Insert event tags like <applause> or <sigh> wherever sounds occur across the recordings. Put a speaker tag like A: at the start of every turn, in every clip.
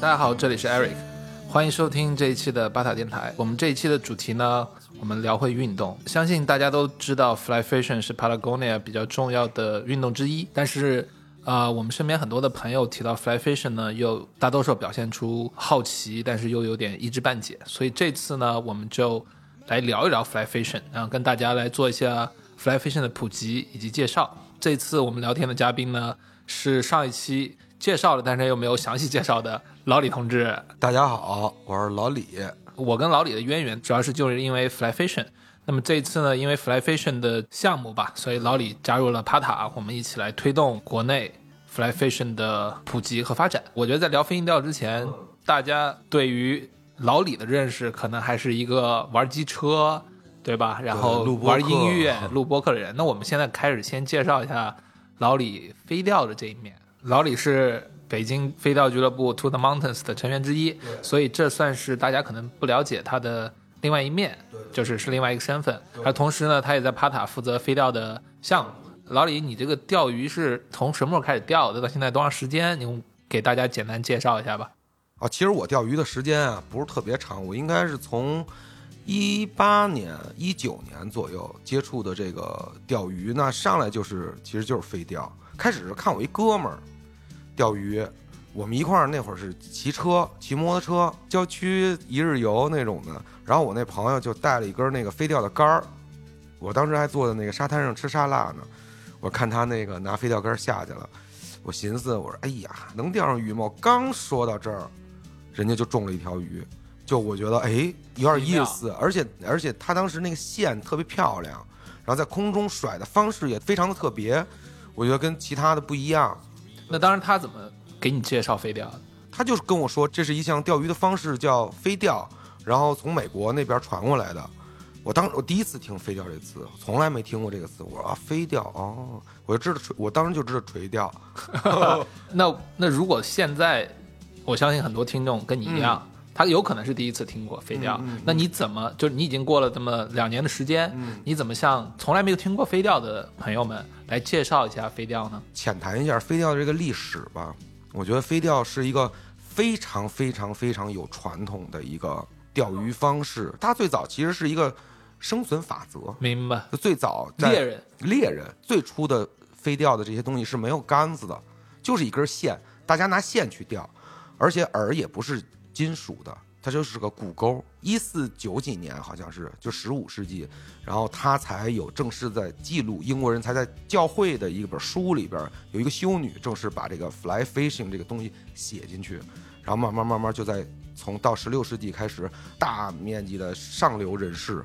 A: 大家好，这里是 Eric，欢迎收听这一期的巴塔电台。我们这一期的主题呢，我们聊会运动。相信大家都知道，Fly Fashion 是 Patagonia 比较重要的运动之一，但是。啊、我们身边很多的朋友提到 Fly Fashion 呢，又大多数表现出好奇，但是又有点一知半解。所以这次呢，我们就来聊一聊 Fly Fashion，然后跟大家来做一下 Fly Fashion 的普及以及介绍。这次我们聊天的嘉宾呢，是上一期介绍了，但是又没有详细介绍的老李同志。
B: 大家好，我是老李。
A: 我跟老李的渊源主要是就是因为 Fly Fashion。那么这一次呢，因为 Fly Fashion 的项目吧，所以老李加入了 Pata，我们一起来推动国内 Fly Fashion 的普及和发展。我觉得在聊飞行调之前，
B: 嗯
A: 大家对于老李的认识可能还是一个玩机车，对吧？然后
B: 对录播啊
A: 玩
B: 客
A: 音乐、录播客的人。那我们现在开始先介绍一下老李飞调的这一面。老李是北京飞调俱乐部 To the Mountains 的成员之一，所以这算是大家可能不了解他的另外一面，就是是另外一个身份。而同时呢，他也在帕塔负责飞钓的项目。老李，你这个钓鱼是从什么时候开始钓的？到现在多长时间？你给大家简单介绍一下吧。
B: 啊，其实我钓鱼的时间啊不是特别长，我应该是从一八年、一九年左右接触的这个钓鱼。那上来就是，其实就是飞钓。开始是看我一哥们儿钓鱼，我们一块儿那会儿是骑车、骑摩托车，郊区一日游那种的。然后我那朋友就带了一根那个飞钓的杆儿，我当时还坐在那个沙滩上吃沙拉呢。我看他那个拿飞钓竿儿下去了，我寻思我说哎呀，能钓上鱼吗？我刚说到这儿，人家就中了一条鱼，就我觉得哎有点意思，而且而且他当时那个线特别漂亮，然后在空中甩的方式也非常的特别，我觉得跟其他的不一样。
A: 那当时他怎么给你介绍飞钓的？
B: 他就是跟我说，这是一项钓鱼的方式，叫飞钓，然后从美国那边传过来的。我当我第一次听“飞钓”这词，从来没听过这个词。我说啊，飞钓哦，我就知道垂，我当时就知道垂钓。
A: <laughs> 啊那那如果现在，我相信很多听众跟你一样，
B: 嗯
A: 他有可能是第一次听过飞钓。那你怎么就是你已经过了这么两年的时间，
B: 嗯
A: 你怎么向从来没有听过飞钓的朋友们来介绍一下飞钓呢？
B: 浅谈一下飞钓这个历史吧。我觉得飞钓是一个非常非常非常有传统的一个钓鱼方式。它最早其实是一个生存法则，
A: 明白？
B: 就最早在
A: 猎人
B: 猎人最初的飞钓的这些东西是没有杆子的，就是一根线，大家拿线去钓，而且饵也不是金属的，它就是个骨钩。一四九几年好像是，就十五世纪，然后他才有正式在记录，英国人才在教会的一本书里边有一个修女正式把这个 fly fishing 这个东西写进去，然后慢慢慢慢就在从到十六世纪开始，大面积的上流人士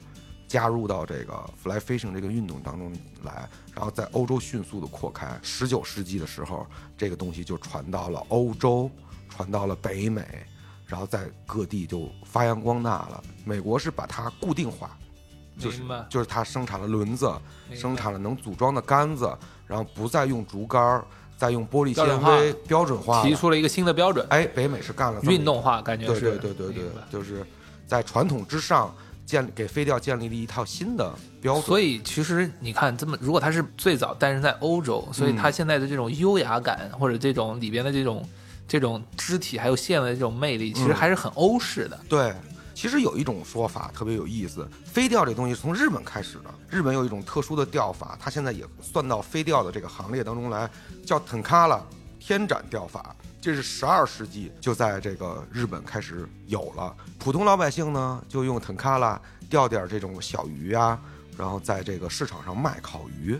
B: 加入到这个 fly fishing 这个运动当中来，然后在欧洲迅速的扩开。十九世纪的时候，这个东西就传到了欧洲，传到了北美，然后在各地就发扬光大了。美国是把它固定化，就是
A: 明白
B: 就是它生产了轮子，
A: 明白
B: 生产了能组装的杆子，然后不再用竹竿儿，再用玻璃
A: 标准
B: 纤
A: 化
B: 维标准化了，
A: 提出了一个新的标准，
B: 哎，北美是干了这么一
A: 运动化感觉
B: 对
A: 是，
B: 对对对对
A: 明白，
B: 就是在传统之上建立给飞钓建立了一套新的标准。
A: 所
B: 以
A: 以其实你看，这么如果它是最早诞生在欧洲，所以
B: 嗯
A: 它现在的这种优雅感或者这种里边的这种这种肢体还有线的这种魅力，其
B: 嗯
A: 实还是很欧式的。
B: 对，其实有一种说法特别有意思，飞钓这东西是从日本开始的。日本有一种特殊的钓法，它现在也算到飞钓的这个行列当中来，叫 tenkala 天斩钓法。这是十二世纪就在这个日本开始有了，普通老百姓呢就用 tenkala 钓点这种小鱼啊，然后在这个市场上卖烤鱼。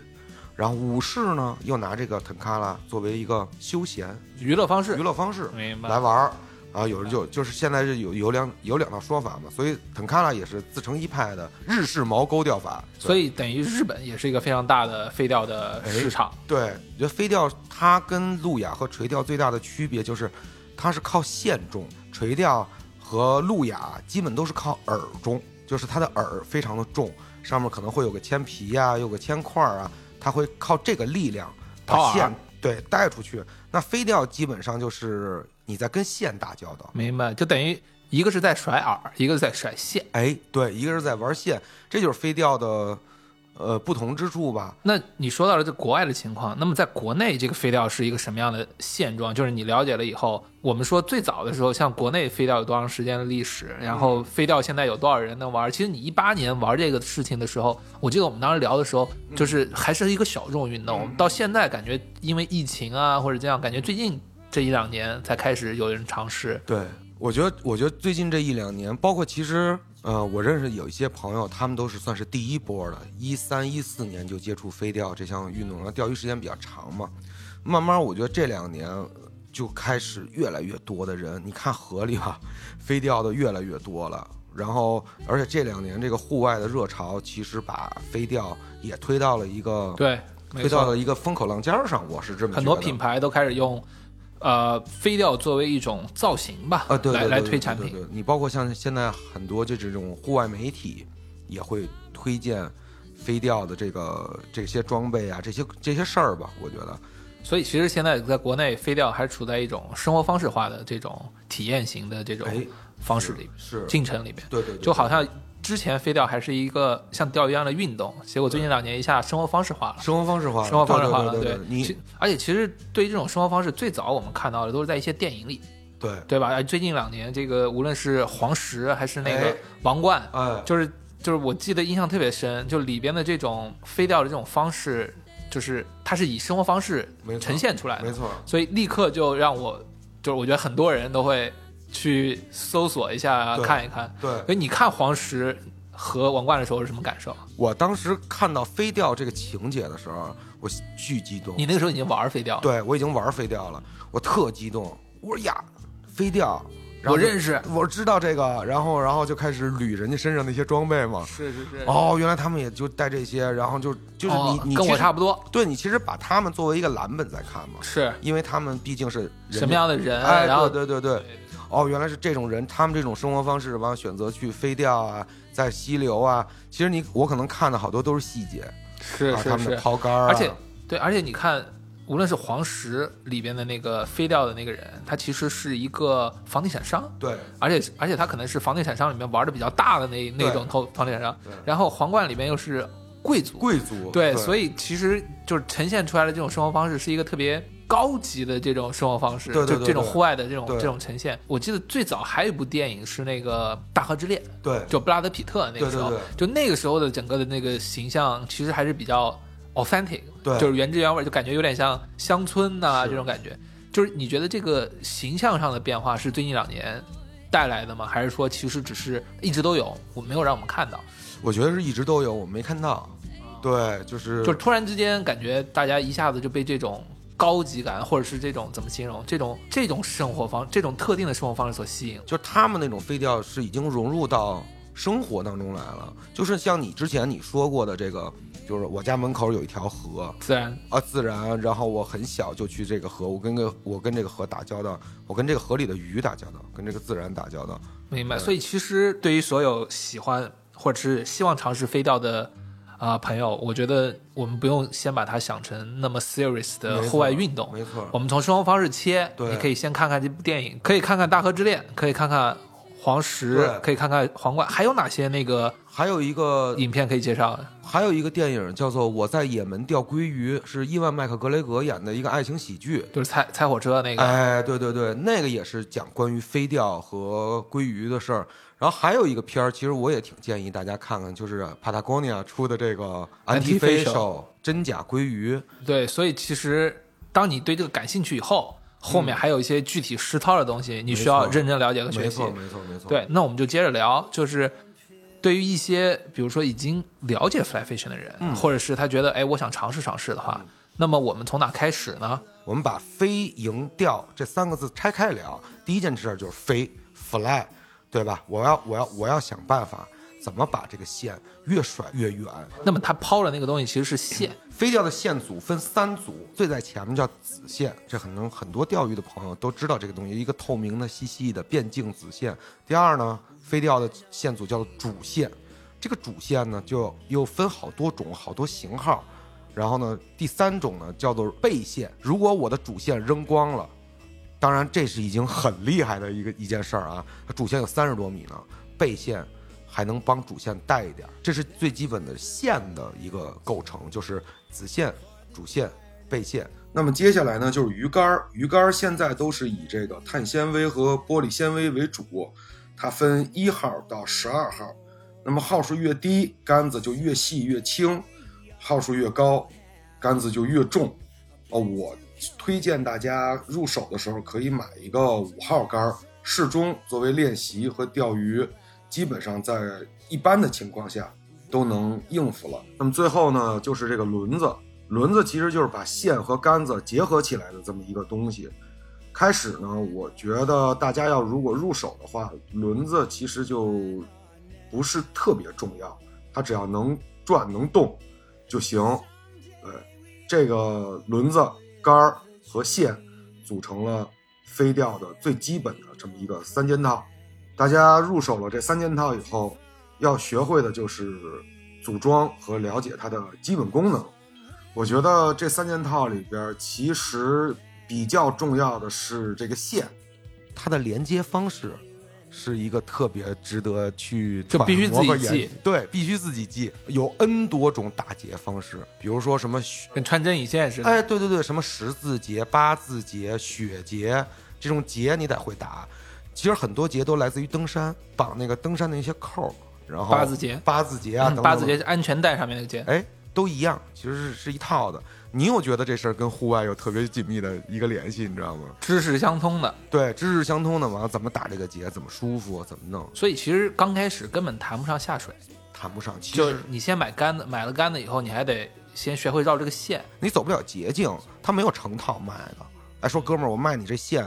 B: 然后武士呢，又拿这个 tenkala 作为一个休闲
A: 娱乐方式
B: 娱，乐方式，
A: 明白
B: 来玩儿。啊，有人就就是现在是有有两有两套说法嘛，所以腾卡拉也是自成一派的日式毛钩钓法。
A: 所以等于日本也是一个非常大的废掉的市场，
B: 对，我觉得飞钓它跟路亚和垂钓最大的区别就是，它是靠线中，垂钓和路亚基本都是靠饵中，就是它的饵非常的重，上面可能会有个铅皮啊，有个铅块啊，它会靠这个力量
A: 掏
B: 把
A: 饵
B: 线对带出去。那飞钓基本上就是你在跟线打交道。
A: 明白？就等于一个是在甩饵，一个是在甩线，
B: 哎，对，一个是在玩线，这就是飞钓的呃不同之处吧。
A: 那你说到了这国外的情况，那么在国内这个飞钓是一个什么样的现状？就是你了解了以后，我们说最早的时候，像国内飞钓有多长时间的历史，然后飞钓现在有多少人能玩？其实你一八年玩这个事情的时候，我记得我们当时聊的时候，
B: 嗯
A: 就是还是一个小众运动。到现在感觉因为疫情啊或者这样，感觉最近这一两年才开始有人尝试。
B: 对，我觉得，我觉得最近这一两年，包括其实，呃，我认识有一些朋友，他们都是算是第一波的，一三一四年就接触飞钓这项运动，然后钓鱼时间比较长嘛，慢慢我觉得这两年呃就开始越来越多的人，你看河里吧，飞钓的越来越多了。然后，而且这两年这个户外的热潮，其实把飞钓也推到了一个
A: 对，没
B: 推到
A: 错，
B: 了一个风口浪尖儿上，我是这么
A: 很多
B: 觉得
A: 品牌都开始用。呃，飞钓作为一种造型吧，
B: 啊，对，对
A: 来
B: 对
A: 来
B: 对
A: 推
B: 对
A: 产
B: 对
A: 品，
B: 对你包括像现在很多就这种户外媒体也会推荐飞钓的这个这些装备啊，这些这些事儿吧，我觉得
A: 所以其实现在在国内飞钓还处在一种生活方式化的这种体验型的这种
B: 哎
A: 方式里面、
B: 是，
A: 进程里面，
B: 对对对，
A: 就好像之前飞钓还是一个像钓鱼一样的运动，结果最近两年一下生活方式化了。
B: 生活方式化了，
A: 生活方式化了，
B: 对对对对对
A: 其
B: 你
A: 而且其实对于这种生活方式，最早我们看到的都是在一些电影里，
B: 对，
A: 对吧？哎最近两年，这个无论是黄石还是那个
B: 哎
A: 王冠，
B: 哎，
A: 就是就是我记得印象特别深，就里边的这种飞钓的这种方式，就是它是以生活方式
B: 没错
A: 呈现出来的
B: 没，错，
A: 所以立刻就让我，就是我觉得很多人都会去搜索一下
B: 对
A: 看一看。
B: 对
A: 所以你看黄石和王冠的时候是什么感受？
B: 我当时看到飞钓这个情节的时候，我巨激动，
A: 你那个时候已经玩飞钓了，
B: 对我已经玩飞钓了，我特激动，我说呀，飞钓。然后
A: 我认识，
B: 我知道这个，然后然后就开始捋人家身上那些装备嘛，
A: 是是是，
B: 哦，原来他们也就带这些，然后就就是你、
A: 哦
B: 你
A: 跟
B: 其
A: 我
B: 实
A: 差不多，
B: 对你其实把他们作为一个蓝本在看嘛，
A: 是
B: 因为他们毕竟是人
A: 什么
B: 家？
A: 样的人，
B: 哎，
A: 然后
B: 对对对对，哦，原来是这种人，他们这种生活方式，完了选择去飞钓啊，在溪流啊，其实你我可能看的好多都是细节，
A: 是
B: 啊，他
A: 是
B: 们
A: 是，
B: 的抛竿啊，
A: 而且对，而且你看。无论是黄石里边的那个飞钓的那个人，他其实是一个房地产商，
B: 对
A: 而且而且他可能是房地产商里面玩的比较大的那那种投房地产商
B: 对，
A: 然后皇冠里面又是贵族，
B: 贵族，
A: 对，
B: 对
A: 所以其实就是呈现出来的这种生活方式是一个特别高级的这种生活方式，
B: 对对对
A: 就这种
B: 对
A: 户外的这种
B: 对
A: 这种呈现。我记得最早还有一部电影是那个《大河之恋》，
B: 对
A: 就布拉德皮特那个时候，
B: 对对
A: 就那个时候的整个的那个形象其实还是比较 authentic，
B: 对
A: 就是原汁原味，就感觉有点像乡村呐、
B: 是
A: 这种感觉。就是你觉得这个形象上的变化是最近两年带来的吗？还是说其实只是一直都有，我没有让我们看到？
B: 我觉得是一直都有，我没看到，对，就是
A: 就是突然之间感觉大家一下子就被这种高级感，或者是这种怎么形容这种这种生活方这种特定的生活方式所吸引。
B: 就是他们那种飞钓是已经融入到生活当中来了，就是像你之前你说过的这个，就是我家门口有一条河
A: 自然
B: 啊，自然，然后我很小就去这个河，我跟个我跟这个河打交道，我跟这个河里的鱼打交道，跟这个自然打交道，
A: 明白，所以其实对于所有喜欢或者是希望尝试飞钓的啊、朋友，我觉得我们不用先把它想成那么 serious 的
B: 没错
A: 户外运动，
B: 没错，
A: 我们从生活方式切，
B: 嗯对
A: 你可以先看看这部电影，可以看看《大河之恋》，可以看看黄石
B: 对，
A: 可以看看皇冠，还有哪些那个
B: 还有一个
A: 影片可以介绍的？
B: 还有一个电影叫做《我在也门钓鲑鱼》，是伊万麦克格雷格演的一个爱情喜剧。
A: 就是猜猜火车那个，
B: 哎，对对对，那个也是讲关于飞钓和鲑鱼的事儿。然后还有一个片儿，其实我也挺建议大家看看，就是啊 Patagonia 出的这个
A: Anti-facial
B: 飞手真假鲑鱼。
A: 对，所以其实当你对这个感兴趣以后，后面还有一些具体实操的东西，你需要
B: 错
A: 认真了解和学
B: 嗯没
A: 习
B: 错，。没错，没错。
A: 对，那我们就接着聊，就是对于一些比如说已经了解 fly fishing 的人，
B: 嗯
A: 或者是他觉得哎我想尝试尝试的话，那么我们从哪开始呢？
B: 我们把飞、赢、钓这三个字拆开聊。第一件事儿就是飞 （fly），对吧？我要，我要，我要想办法怎么把这个线越甩越远。
A: 那么他抛的那个东西其实是
B: <laughs>
A: 线，
B: 飞钓的线组分三组，最在前面叫子线，这可能很多钓鱼的朋友都知道这个东西，一个透明的、细细的变径子线。第二呢，飞钓的线组叫主线，这个主线呢就又分好多种、好多型号。然后呢，第三种呢叫做背线，如果我的主线扔光了，当然这是已经很厉害的一个一件事儿啊，它主线有三十多米呢，背线还能帮主线带一点儿，这是最基本的线的一个构成，就是子线、主线、背线。那么接下来呢，就是鱼竿儿。鱼竿儿现在都是以这个碳纤维和玻璃纤维为主，它分一号到十二号。那么号数越低，杆子就越细越轻；号数越高，杆子就越重。哦，我推荐大家入手的时候可以买一个五号杆儿，适中作为练习和钓鱼，基本上在一般的情况下都能应付了。那么最后呢，就是这个轮子，轮子其实就是把线和杆子结合起来的这么一个东西。开始呢，我觉得大家要如果入手的话，轮子其实就不是特别重要，它只要能转能动就行。对，这个轮子、杆儿和线组成了飞钓的最基本的这么一个三件套。大家入手了这三件套以后，要学会的就是组装和了解它的基本功能。我觉得这三件套里边，其实比较重要的是这个线，它的连接方式是一个特别值得去
A: 就必须
B: 揣摩和
A: 自己
B: 研
A: 记
B: 对，必须自己记，有 N 多种打结方式，比如说什么雪
A: 跟穿针引线似的。
B: 哎，对对对，什么十字结、八字结、雪结这种结你得会打。其实很多结都来自于登山，绑那个登山的一些扣儿，然后
A: 八字结
B: 八字结啊，
A: 嗯
B: 等等
A: 八字结是安全带上面的结，
B: 哎，都一样，其实是是一套的。你有觉得这事儿跟户外有特别紧密的一个联系，你知道吗？
A: 知识相通的。
B: 对，知识相通的，完了怎么打这个结，怎么舒服，怎么弄，
A: 所以其实刚开始根本谈不上下水，
B: 谈不上。其
A: 就
B: 实
A: 是你先买杆子，买了杆子以后，你还得先学会绕这个线，
B: 你走不了捷径，他没有成套卖的。哎，说哥们儿，我卖你这线，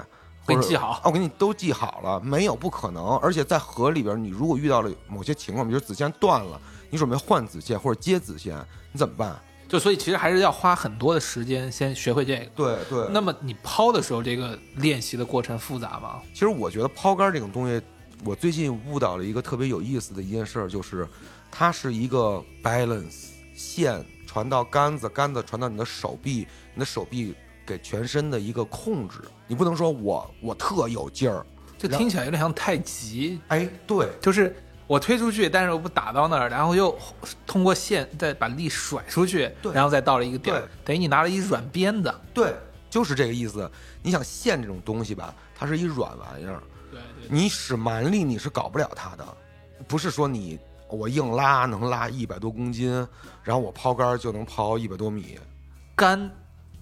A: 给你
B: 或者
A: 记好
B: 啊我给你都记好了，没有不可能。而且在河里边，你如果遇到了某些情况，比如子线断了，你准备换子线或者接子线，你怎么办？
A: 就所以其实还是要花很多的时间先学会这个。
B: 对对，
A: 那么你抛的时候，这个练习的过程复杂吗？
B: 其实我觉得抛竿这种东西，我最近悟到了一个特别有意思的一件事儿，就是它是一个 balance 线传到杆子，杆子传到你的手臂，你的手臂给全身的一个控制。你不能说我我特有劲儿，
A: 这
B: 然
A: 听起来有点像太极，
B: 哎，对
A: 就是我推出去，但是我不打到那儿，然后又通过线再把力甩出去，
B: 对
A: 然后再到了一个点
B: 对，
A: 等于你拿了一软鞭子。
B: 对，就是这个意思。你想线这种东西吧，它是一软玩意儿，
A: 对对，
B: 你使蛮力你是搞不了它的，不是说你我硬拉能拉一百多公斤，然后我抛竿就能抛一百多米，
A: 杆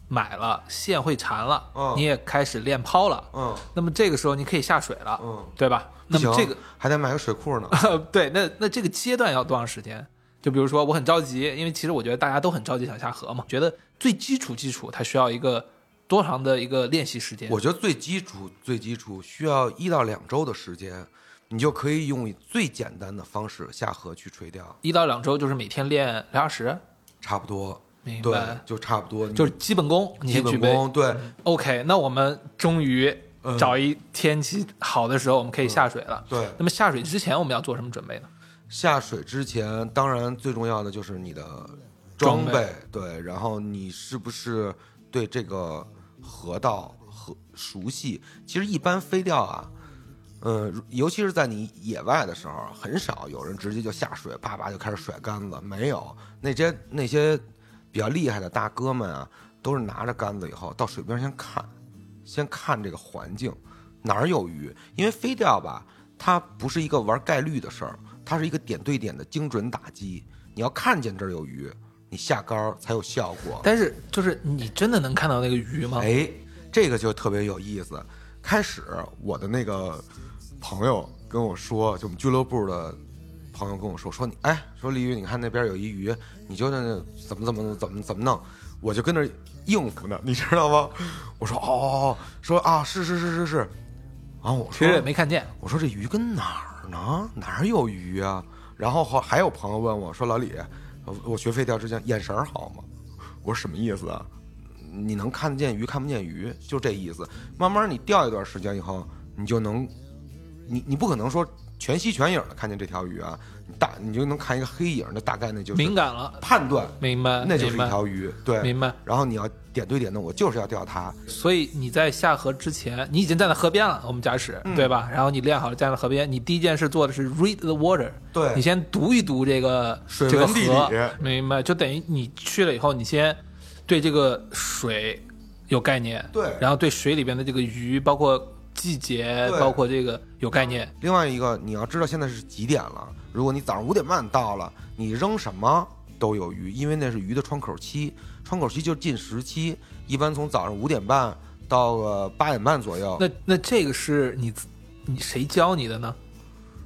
A: 买了，线会缠了，
B: 嗯
A: 你也开始练抛了。
B: 嗯
A: 那么这个时候你可以下水了，
B: 嗯，
A: 对吧？
B: 不
A: 那
B: 行
A: 么这个哎
B: 还得买个水裤呢。
A: 对，那那这个 <laughs> 阶段要多长时间？就比如说我很着急，因为其实我觉得大家都很着急想下河嘛，觉得最基础基础它需要一个多长的一个练习时间？
B: 我觉得最基础最基础需要一到两周的时间，你就可以用最简单的方式下河去垂钓，
A: 一到两周就是每天练两小时，
B: 差不多。
A: 明
B: 对
A: 白，
B: 就差不多，你
A: 就是基本功嗯你
B: 基
A: 先具
B: 本
A: 备。
B: 功。对，
A: OK，那我们终于找一天气好的时候，我们可以下水了。
B: 对
A: 那么下水之前我们要做什么准备呢？
B: 下水之前，当然最重要的就是你的
A: 装
B: 装
A: 备
B: 对，然后你是不是对这个河道和熟悉？其实一般飞钓啊，呃，尤其是在你野外的时候，很少有人直接就下水，叭叭就开始甩杆子，没有那些那些比较厉害的大哥们啊，都是拿着杆子以后到水边先看，先看这个环境哪儿有鱼，因为飞钓吧，它不是一个玩概率的事儿，它是一个点对点的精准打击。你要看见这儿有鱼，你下杆儿才有效果。
A: 但是就是你真的能看到那个鱼吗？
B: 哎，这个就特别有意思。开始我的那个朋友跟我说，就我们俱乐部的朋友跟我说，说你哎，说李宇，你看那边有一鱼，你就在那怎么怎么怎么怎么弄，我就跟那儿应付呢，你知道吗？我说哦哦哦，说啊是是是是是，然后我
A: 其
B: 说
A: 实也没看见。
B: 我说这鱼跟哪儿呢？哪儿有鱼啊？然后后还有朋友问我说：“老李，呃我学飞钓之前眼神儿好吗？”我说什么意思啊？你能看得见鱼，看不见鱼，就这意思。慢慢你钓一段时间以后，你就能，你你不可能说全息全影的看见这条鱼啊，你大你就能看一个黑影，那大概那就是
A: 敏感了，
B: 判断，
A: 明白，
B: 那就
A: 明
B: 是一
A: 白，
B: 条鱼，对。
A: 明白。
B: 然后你要点对点的，我就是要钓它，
A: 所以你在下河之前，你已经站在河边了，我们假使、
B: 嗯
A: 对吧？然后你练好了，站在河边，你第一件事做的是 read the water，
B: 对
A: 你先读一读这个
B: 水
A: 这个
B: 文地
A: 河
B: 理，
A: 明白？就等于你去了以后，你先对这个水有概念，
B: 对
A: 然后对水里边的这个鱼，包括季节，
B: 对
A: 包括这个有概念，
B: 另外一个，你要知道现在是几点了。如果你早上五点半到了，你扔什么都有鱼，因为那是鱼的窗口期，窗口期就是进食期，一般从早上五点半到个八点半左右，
A: 那那这个是你自你谁教你的呢？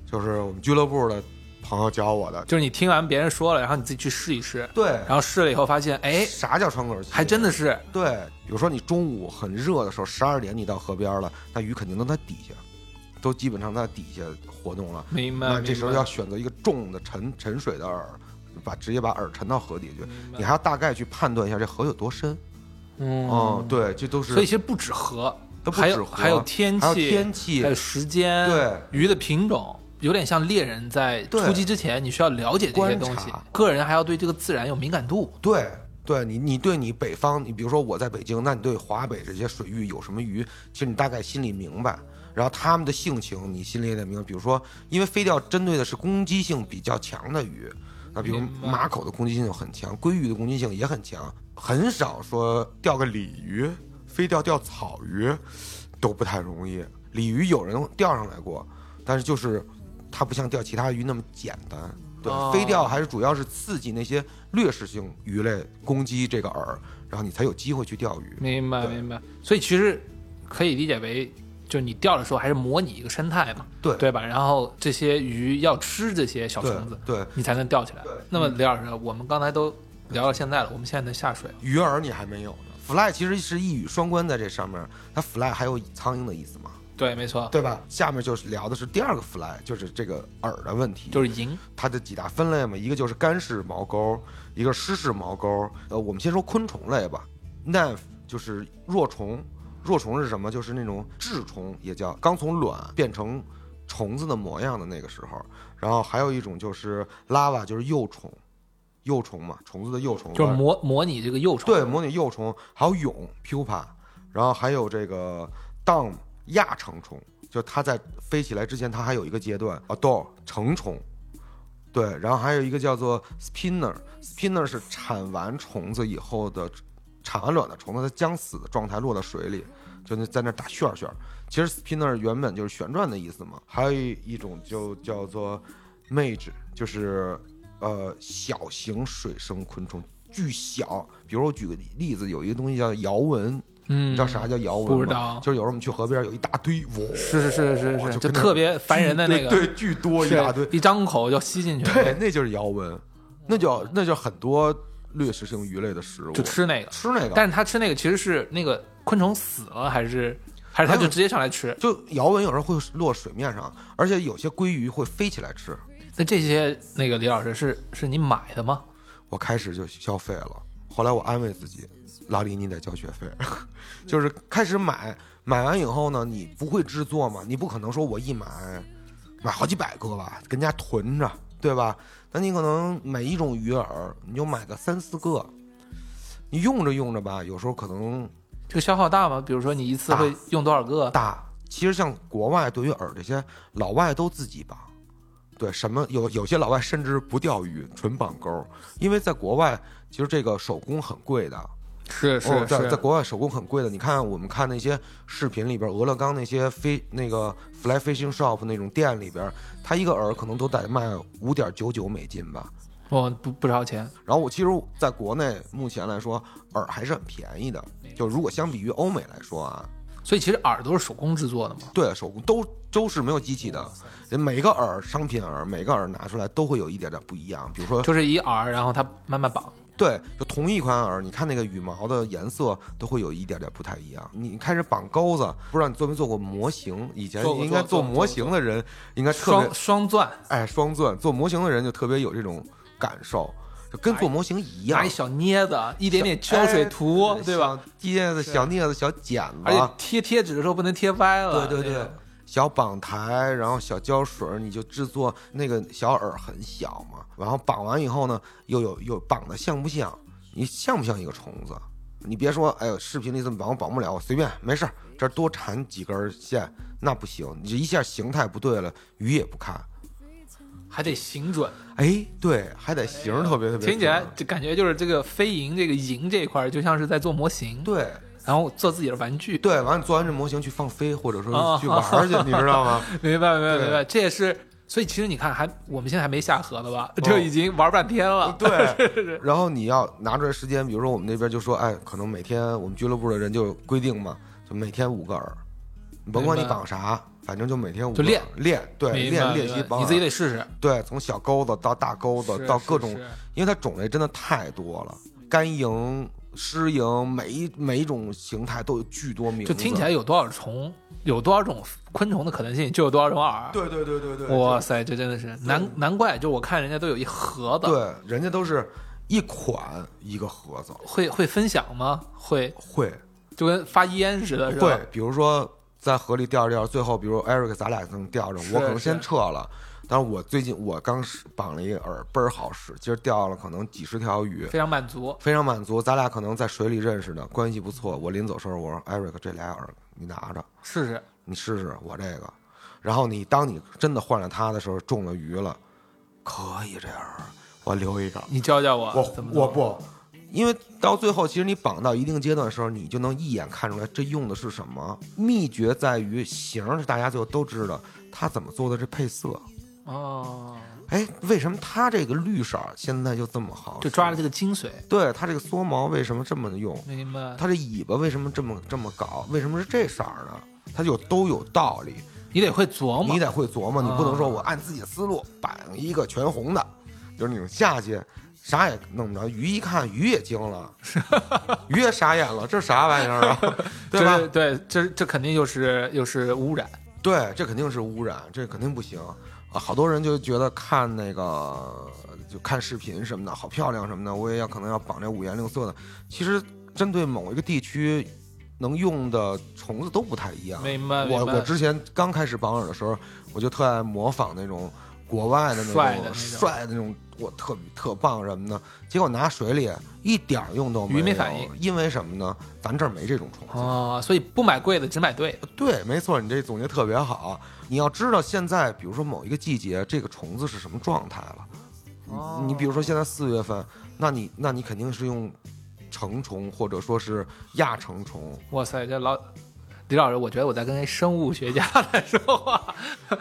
B: 就是我们俱乐部的朋友教我的。
A: 就是你听完别人说了，然后你自己去试一试，
B: 对，
A: 然后试了以后发现，哎，
B: 啥叫窗口期？
A: 还真的是
B: 对。比如说你中午很热的时候，十二点你到河边了，那鱼肯定都在底下，都基本上在底下活动了。
A: 明白。
B: 那这时候
A: 明白
B: 要选择一个重的沉沉水的饵，把直接把饵沉到河底去。
A: 明白
B: 你还要大概去判断一下这河有多深。
A: 嗯
B: 嗯，对，这都是
A: 所以其实不止河，
B: 都不
A: 还
B: 止
A: 有
B: 河
A: 还有天
B: 还有
A: 气，
B: 天气
A: 还有时间，
B: 对
A: 鱼的品种，有点像猎人在
B: 对
A: 出击之前，你需要了解这些
B: 观
A: 东西
B: 察。
A: 个人还要对这个自然有敏感度，
B: 对对，你你对你北方，你比如说我在北京，那你对华北这些水域有什么鱼，其实你大概心里明白。然后他们的性情，你心里也得明白。比如说，因为飞钓针对的是攻击性比较强的鱼，那比如
A: 明白
B: 马口的攻击性很强，鲑鱼的攻击性也很强，很少说钓个鲤鱼、飞钓钓草鱼都不太容易。鲤鱼有人钓上来过，但是就是它不像钓其他鱼那么简单。对，
A: 哦
B: 飞钓还是主要是刺激那些掠食性鱼类攻击这个饵，然后你才有机会去钓鱼。
A: 明白
B: 对
A: 明白。所以其实可以理解为，就你钓的时候还是模拟一个生态嘛，
B: 对
A: 对吧？然后这些鱼要吃这些小
B: 对
A: 虫子，
B: 对，
A: 你才能钓起来
B: 对。
A: 那么李老师，我们刚才都聊到现在了，我们现在能下水了，
B: 鱼饵你还没有呢。fly 其实是一语双关在这上面，它 fly 还有苍蝇的意思嘛，
A: 对，没错，
B: 对吧？下面就是聊的是第二个 fly，就是这个饵的问题，
A: 就是赢。
B: 它的几大分类嘛，一个就是干式毛钩，一个湿式毛钩。呃，我们先说昆虫类吧，nymph 就是若虫，若虫是什么？就是那种稚虫，也叫刚从卵变成虫子的模样的那个时候。然后还有一种就是 lava，就是幼虫，幼虫嘛，虫子的幼虫，
A: 就是模模拟这个幼虫，
B: 对，模拟幼虫，还有蛹 pupa，然后还有这个 dom 亚成虫，就它在飞起来之前，它还有一个阶段 adult 成虫，对，然后还有一个叫做 spinner，spinner 是产完虫子以后的产完卵的虫子，它将死的状态落到水里，就那在那打旋儿旋儿。其实 spinner 原本就是旋转的意思嘛。还有一一种就叫做 mage，就是呃小型水生昆虫，巨小。比如我举个例子，有一个东西叫摇蚊，
A: 嗯，
B: 你知道啥叫摇蚊吗？
A: 不知道
B: 就是有时候我们去河边有一大堆，哇，
A: 是是是是是，
B: 就
A: 就
B: 跟那
A: 特别烦人的那个，
B: 对，对巨多一大堆
A: 是，一张口就吸进去，
B: 对，那就是摇蚊，那叫那叫很多掠食性鱼类的食物，
A: 就吃那个。
B: 吃那个。
A: 但是他吃那个其实是那个昆虫死了，还是还是他就直接上来吃？
B: 就摇蚊有时候会落水面上，而且有些鲑鱼会飞起来吃。
A: 那这些那个李老师是是你买的吗？
B: 我开始就消费了，后来我安慰自己，老李你得交学费， <laughs> 就是开始买，买完以后呢，你不会制作嘛，你不可能说我一买买好几百个吧，跟家囤着，对吧？那你可能每一种鱼饵你就买个三四个，你用着用着吧，有时候可能
A: 这个消耗大吗？比如说你一次
B: 大
A: 会用多少个？
B: 大。其实像国外对于饵这些，老外都自己绑。对，什么有有些老外甚至不钓鱼，纯绑钩，因为在国外其实这个手工很贵的。
A: 是
B: 哦、在在国外手工很贵的。你看我们看那些视频里边，俄勒冈那些飞那个 fly fishing shop 那种店里边，它一个饵可能都得卖五点九九美金吧。
A: 我哦不不少钱，
B: 然后我其实在国内目前来说，饵还是很便宜的。就如果相比于欧美来说啊，
A: 所以其实饵都是手工制作的嘛。
B: 对，手工都都是没有机器的，每个饵商品饵，每个饵拿出来都会有一点点不一样。比如说，
A: 就是以饵，然后它慢慢绑。
B: 对，就同一款饵，你看那个羽毛的颜色都会有一点点不太一样。你开始绑钩子，不知道你做没做过模型？以前
A: 做过
B: 应该
A: 做过
B: 模型的人应该特别
A: 双双钻，
B: 哎双钻，做模型的人就特别有这种感受，就跟做模型一样哎
A: 拿一。小镊子，一点点胶水涂，对吧？？
B: 小镊子、小镊子、小剪
A: 而且
B: 子，
A: 贴贴纸的时候不能贴歪了。
B: 啊对
A: 那
B: 对对
A: 个。
B: 小绑台，然后小胶水儿，你就制作那个小饵很小嘛，然后绑完以后呢，又有有绑的像不像？你像不像一个虫子？你别说，哎呦，视频里怎么绑我绑不了，我随便没事儿，这儿多缠几根线那不行，你这一下形态不对了，鱼也不看。
A: 还得形准，
B: 哎，对，还得形儿特别特别准。啊
A: 听起来就感觉就是这个飞蝇这个蝇这一块儿，就像是在做模型，
B: 对
A: 然后做自己的玩具。
B: 对，完了做完这模型去放飞，或者
A: 哦
B: <laughs> 说去玩儿去，你知道吗？
A: 明白，明白，
B: 对
A: 明白，这也是。所以其实你看还，我们现在还没下河呢
B: 哦
A: 吧？就已经玩半天 <laughs> 了。
B: 对，然后你要拿出来时间，比如说我们那边就说，哎，可能每天我们俱乐部的人就规定嘛，就每天五个饵，你甭管你
A: 明白
B: 绑啥，反正就每天五个
A: 就练
B: 饵练，对，
A: 明白
B: 练练习
A: 明白
B: 绑
A: 你自己
B: 饵
A: 得试试。
B: 对，从小钩子到大钩子
A: 是
B: 到
A: 是
B: 各种，
A: 是
B: 因为它种类真的太多了，干蝇、湿蝇，每一每一种形态都有巨多名字，
A: 就听起来有多少虫，有多少种昆虫的可能性，就有多少种饵。
B: 对对对对对，
A: 哇塞，这真的是难难怪，就我看人家都有一盒子，
B: 对，人家都是一款一个盒子，
A: 会会分享吗？会，
B: 会
A: 就跟发烟似的，是吧？
B: 会，比如说在河里钓着钓着，最后比如 Eric 咱俩能钓着，
A: 是
B: 我可能先
A: 是
B: 撤了。但是我最近我刚使绑了一个饵，倍儿好使，今儿钓了可能几十条鱼，
A: 非常满足。
B: 非常满足。咱俩可能在水里认识的，关系不错。我临走时候我说 Eric 这俩饵你拿着，
A: 试试，
B: 你试试我这个。然后你当你真的换了它的时候，中了鱼了，可以这饵，我留一个。
A: 你教教我，
B: 我
A: 怎么
B: 我
A: 弄啊
B: 不，因为到最后，其实你绑到一定阶段的时候，你就能一眼看出来这用的是什么。秘诀在于形儿，是大家就都知道它怎么做的这配色。
A: 哦，
B: 哎，为什么它这个绿色儿现在就这么好？
A: 就抓了。这个精髓，
B: 对它这个缩毛为什么这么用？
A: 明白？
B: 它这尾巴为什么这么这么搞？为什么是这色儿呢？它就都有道理，
A: 你得会琢磨
B: 你，得会琢磨，你不能说
A: 啊
B: 我按自己的思路绑一个全红的，就是那种下去啥也弄不着。鱼一看，鱼也惊了，鱼也傻眼了，这是啥玩意儿啊？对吧
A: 这？对，这这肯定又是又是污染，
B: 对，这肯定是污染，这肯定不行啊！好多人就觉得看那个就看视频什么的，好漂亮什么的，我也要可能要绑这五颜六色的。其实针对某一个地区。能用的虫子都不太一样，
A: 明白？
B: 我
A: 啊明白
B: 我之前刚开始绑饵的时候，我就特爱模仿那种国外的那
A: 帅的那种
B: 种帅的那种，我特特棒什么的。结果拿水里一点儿用都没有，
A: 鱼没反应
B: 因为什么呢？咱这儿没这种虫子。
A: 哦，所以不买贵的，只买对的。
B: 对，没错，你这总结特别好。你要知道现在，比如说某一个季节，这个虫子是什么状态了。
A: 哦
B: 你你比如说现在四月份，那你那你肯定是用成虫或者说是亚成虫，
A: 哇塞，这老李老师，我觉得我在跟一生物学家 <laughs> 在说话。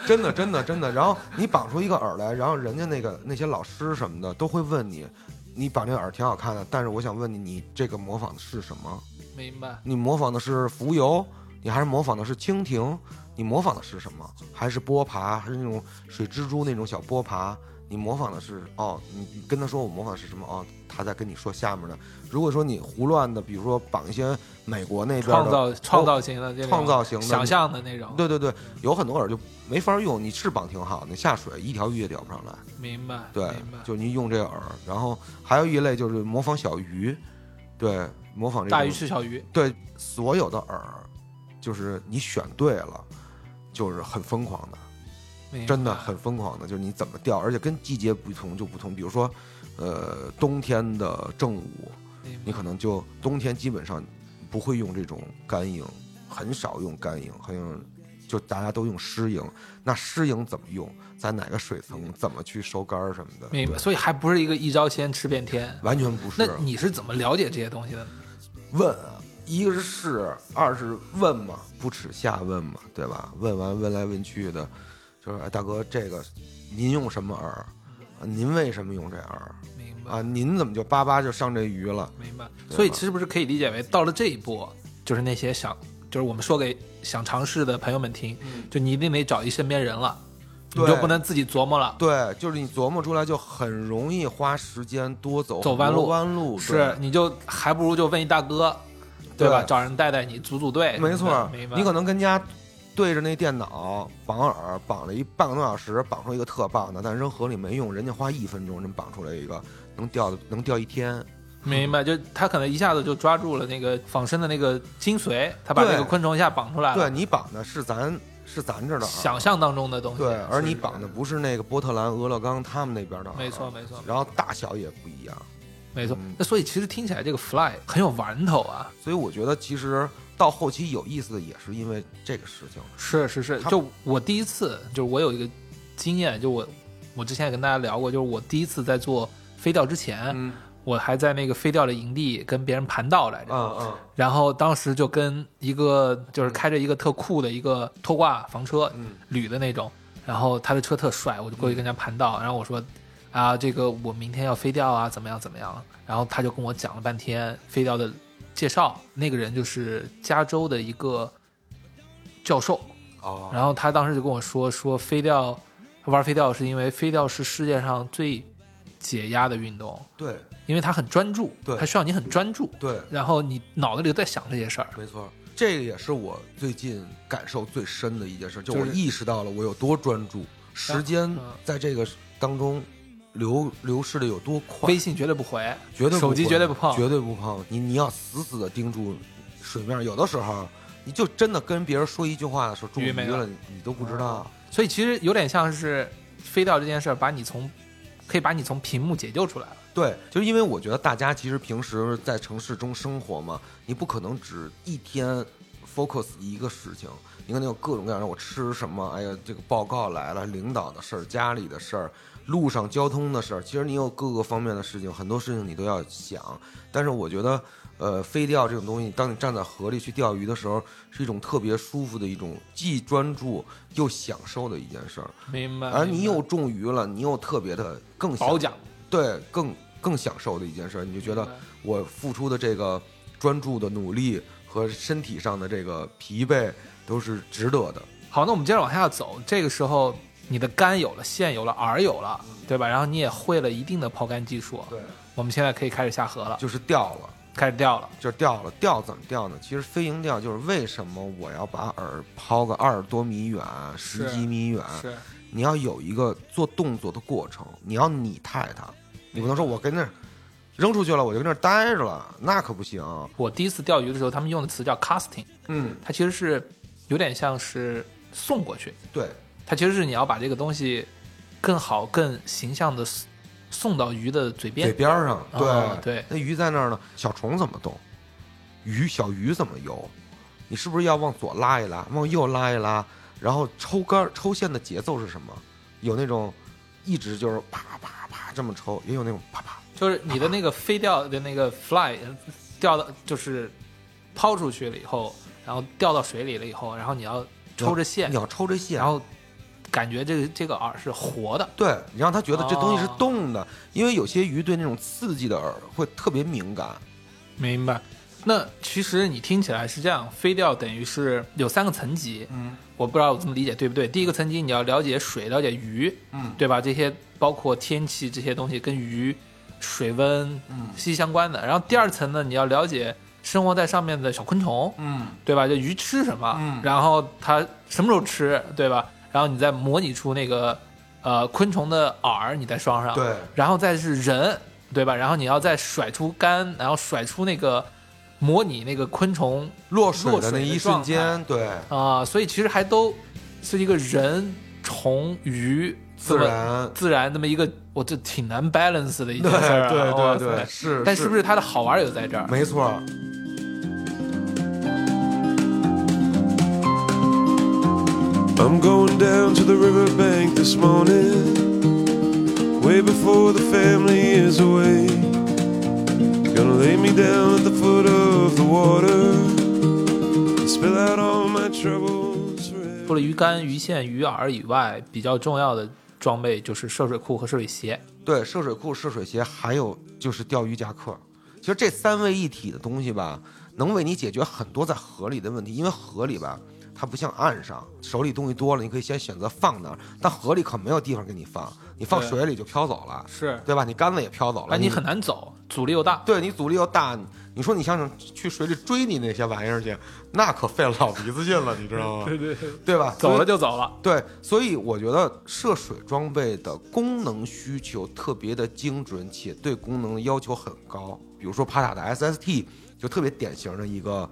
B: 真的，真的，真的。然后你绑出一个饵来，然后人家那个那些老师什么的都会问你，你绑这个饵挺好看的，但是我想问你，你这个模仿的是什么？
A: 明白？
B: 你模仿的是浮游，你还是模仿的是蜻蜓？你模仿的是什么？还是波爬？还是那种水蜘蛛那种小波爬？你模仿的是哦，你你跟他说我模仿的是什么哦，他在跟你说下面的。如果说你胡乱的，比如说绑一些美国那边的哦
A: 创造创造型的这种
B: 创造型的
A: 想象的那种，
B: 对对对，有很多饵就没法用，你翅膀挺好，你下水一条鱼也钓不上来。
A: 明白？
B: 对
A: 明白，。
B: 就你用这个饵，然后还有一类就是模仿小鱼，对，模仿这
A: 大
B: 种
A: 鱼吃小鱼，
B: 对所有的饵，就是你选对了，就是很疯狂的，
A: 明白
B: 真的很疯狂的，就是你怎么钓，而且跟季节不同就不同。比如说，呃，冬天的正午，
A: 明白
B: 你可能就冬天基本上不会用这种干蝇，很少用干蝇，很有就大家都用湿蝇。那湿蝇怎么用？在哪个水层？怎么去收杆儿什么的？
A: 明白。
B: 对
A: 所以还不是一个一招鲜吃遍天。
B: 完全不
A: 那
B: 是。啊
A: 你是怎么了解这些东西的呢？
B: 问啊，一个是试，二是问嘛，不耻下问嘛，对吧？问完问来问去的，就是、哎、大哥，这个您用什么饵？啊您为什么用这饵
A: 明白？
B: 啊？您怎么就叭叭就上这鱼了？
A: 明白。
B: 对
A: 所以
B: 吧
A: 是不是可以理解为，到了这一步，就是那些想，就是我们说给想尝试的朋友们听，就你一定得找一身边人了，你
B: 嗯对
A: 就不能自己琢磨了。
B: 对，就是你琢磨出来就很容易花时间多走
A: 走弯路
B: 很多弯路
A: 是，你就还不如就问一大哥，对吧？
B: 对
A: 找人带带你，组组队
B: 对
A: 什么的。
B: 没错。
A: 明白。
B: 你可能跟家对着那电脑绑饵，绑了一半个多小时，绑出一个特棒的，但扔河里没用，人家花一分钟人绑出来一个能钓的能钓一天。
A: 明白，就他可能一下子就抓住了那个仿生的那个精髓，他把这
B: 对
A: 啊个昆虫一下绑出来了。
B: 对你绑的是咱是咱这儿的饵，
A: 想象当中的东西。
B: 啊对，而你
A: 是
B: 绑的不啊是那个波特兰、俄勒冈他们那边的饵，
A: 没错，没错，
B: 然后大小也不一样，
A: 没错
B: 嗯。
A: 那所以其实听起来这个 fly 很有玩头啊。
B: 所以我觉得其实到后期有意思的也是因为这个事情。
A: 是是是，
B: 它
A: 就我第一次，就是我有一个经验，就我我之前也跟大家聊过，就是我第一次在做飞钓之前，
B: 嗯
A: 我还在那个飞钓的营地跟别人盘道来着，
B: 嗯嗯，
A: 然后当时就跟一个就是开着一个特酷的一个拖挂房车，
B: 嗯
A: 铝的那种，然后他的车特帅，我就过去跟人家盘道，然后我说啊，这个我明天要飞钓啊，怎么样怎么样，然后他就跟我讲了半天飞钓的介绍，那个人就是加州的一个教授，
B: 哦，
A: 然后他当时就跟我说说飞钓，玩飞钓是因为飞钓是世界上最解压的运动，
B: 对
A: 因为它很专注，
B: 对
A: 它需要你很专注，
B: 对，
A: 然后你脑子里都在想这些事儿，
B: 没错，这个也是我最近感受最深的一件事，就
A: 就
B: 我
A: 是
B: 意识到了我有多专注，时间
A: 嗯
B: 在这个当中流流逝的有多快
A: 微，信绝对不回，
B: 绝对不
A: 手机
B: 会
A: 绝对不碰
B: 绝对不碰。你你要死死的盯住水面，有的时候你就真的跟别人说一句话的时候中
A: 鱼
B: 鱼
A: 没
B: 了，
A: 了啊
B: 你你都不知道。
A: 所以其实有点像是飞钓这件事儿，把你从可以把你从屏幕解救出来了。
B: 对，就是因为我觉得大家其实平时在城市中生活嘛，你不可能只一天 focus 一个事情，你可能有各种各样的。我吃什么？哎呀，这个报告来了，领导的事儿，家里的事儿，路上交通的事儿。其实你有各个方面的事情，很多事情你都要想。但是我觉得，呃，飞钓这种东西，当你站在河里去钓鱼的时候，是一种特别舒服的一种，既专注又享受的一件事儿。
A: 明白。哎
B: 而你
A: 明白
B: 又中鱼了，你又特别的更享
A: 褒奖，
B: 对更更享受的一件事儿，你就觉
A: 明
B: 得
A: 白
B: 我付出的这个专注的努力和身体上的这个疲惫都是值得的。
A: 好，那我们接着往下走。这个时候，你的杆有了，线有了，R 有了，对吧？然后你也会了一定的抛竿技术。
B: 对，
A: 我们现在可以开始下河了，
B: 就是掉了，
A: 开始钓了。
B: 就是掉了，掉怎么掉呢？其实飞鹰钓就是为什么我要把饵抛个二十多米远、十
A: 是
B: 几米远，
A: 是，
B: 你要有一个做动作的过程，你要拟态它，你不能说我跟那儿扔出去了，我就跟那儿待着了，那可不行。
A: 我第一次钓鱼的时候，他们用的词叫 casting，
B: 嗯，
A: 它其实是有点像是送过去，
B: 对，
A: 它其实是你要把这个东西更好、更形象的送到鱼的嘴边
B: 嘴。边儿上，对、
A: 哦对
B: 那鱼在那儿呢，小虫怎么动？鱼小鱼怎么游？你是不是要往左拉一拉，往右拉一拉？然后抽杆儿抽线的节奏是什么？有那种一直就是啪啪啪这么抽，也有那种啪啪。
A: 就是你的那个飞掉的那个 fly 呃掉到就是抛出去了以后，然后掉到水里了以后，然后你要抽着线
B: 你，要抽这线，
A: 然后感觉这个这个饵是活的，
B: 对，你让他觉得这东西是
A: 哦
B: 动的，因为有些鱼对那种刺激的饵会特别敏感。
A: 明白？那其实你听起来是这样，飞钓等于是有三个层级，
B: 嗯
A: 我不知道我这么理解对不对？第一个层级你要了解水，了解鱼，
B: 嗯
A: 对吧？这些包括天气这些东西跟鱼、水温
B: 嗯
A: 息息相关的。然后第二层呢，你要了解生活在上面的小昆虫，
B: 嗯，
A: 对吧？就鱼吃什么，
B: 嗯
A: 然后它什么时候吃，对吧？然后你再模拟出那个呃昆虫的饵，你再装上，，
B: 对
A: 然后再是人，对吧？然后你要再甩出杆，然后甩出那个模拟那个昆虫
B: 落水
A: 落
B: 的
A: 水
B: 那
A: 的
B: 一瞬
A: 状
B: 间，对
A: 啊、所以其实还都是一个人、虫、鱼
B: 自
A: 这么
B: 然
A: 自然这么一个，我这挺难 balance 的一件
B: 对
A: 事儿、啊，哇
B: 对对
A: 塞
B: 对，是。
A: 但是不是它的好玩有在这儿？
B: 没错儿。
C: I'm going down to the riverbank this morning, way before the family is awake. Gonna lay me down at the foot of the water, and spill out all my troubles
A: 除
C: forever.
A: 了鱼竿、鱼线、鱼饵以外，比较重要的装备就是涉水裤和涉水鞋。
B: 对，涉水裤、涉水鞋，还有就是钓鱼夹克。其实这三位一体的东西吧，能为你解决很多在河里的问题。因为河里吧，它不像岸上，手里东西多了，你可以先选择放那儿。但河里可没有地方给你放，你放
A: 对
B: 水里就飘走了，
A: 是，
B: 对吧？你杆子也飘走了，
A: 哎，你很难走，阻力又大。
B: 对你阻力又大。你你说你想想去水里追你那些玩意儿去，那可费了老鼻子劲了，你知道吗？
A: 对对，
B: 对吧？
A: 走了就走了。
B: 对，所以我觉得涉水装备的功能需求特别的精准，且对功能的要求很高。比如说帕塔的 SST 就特别典型的一个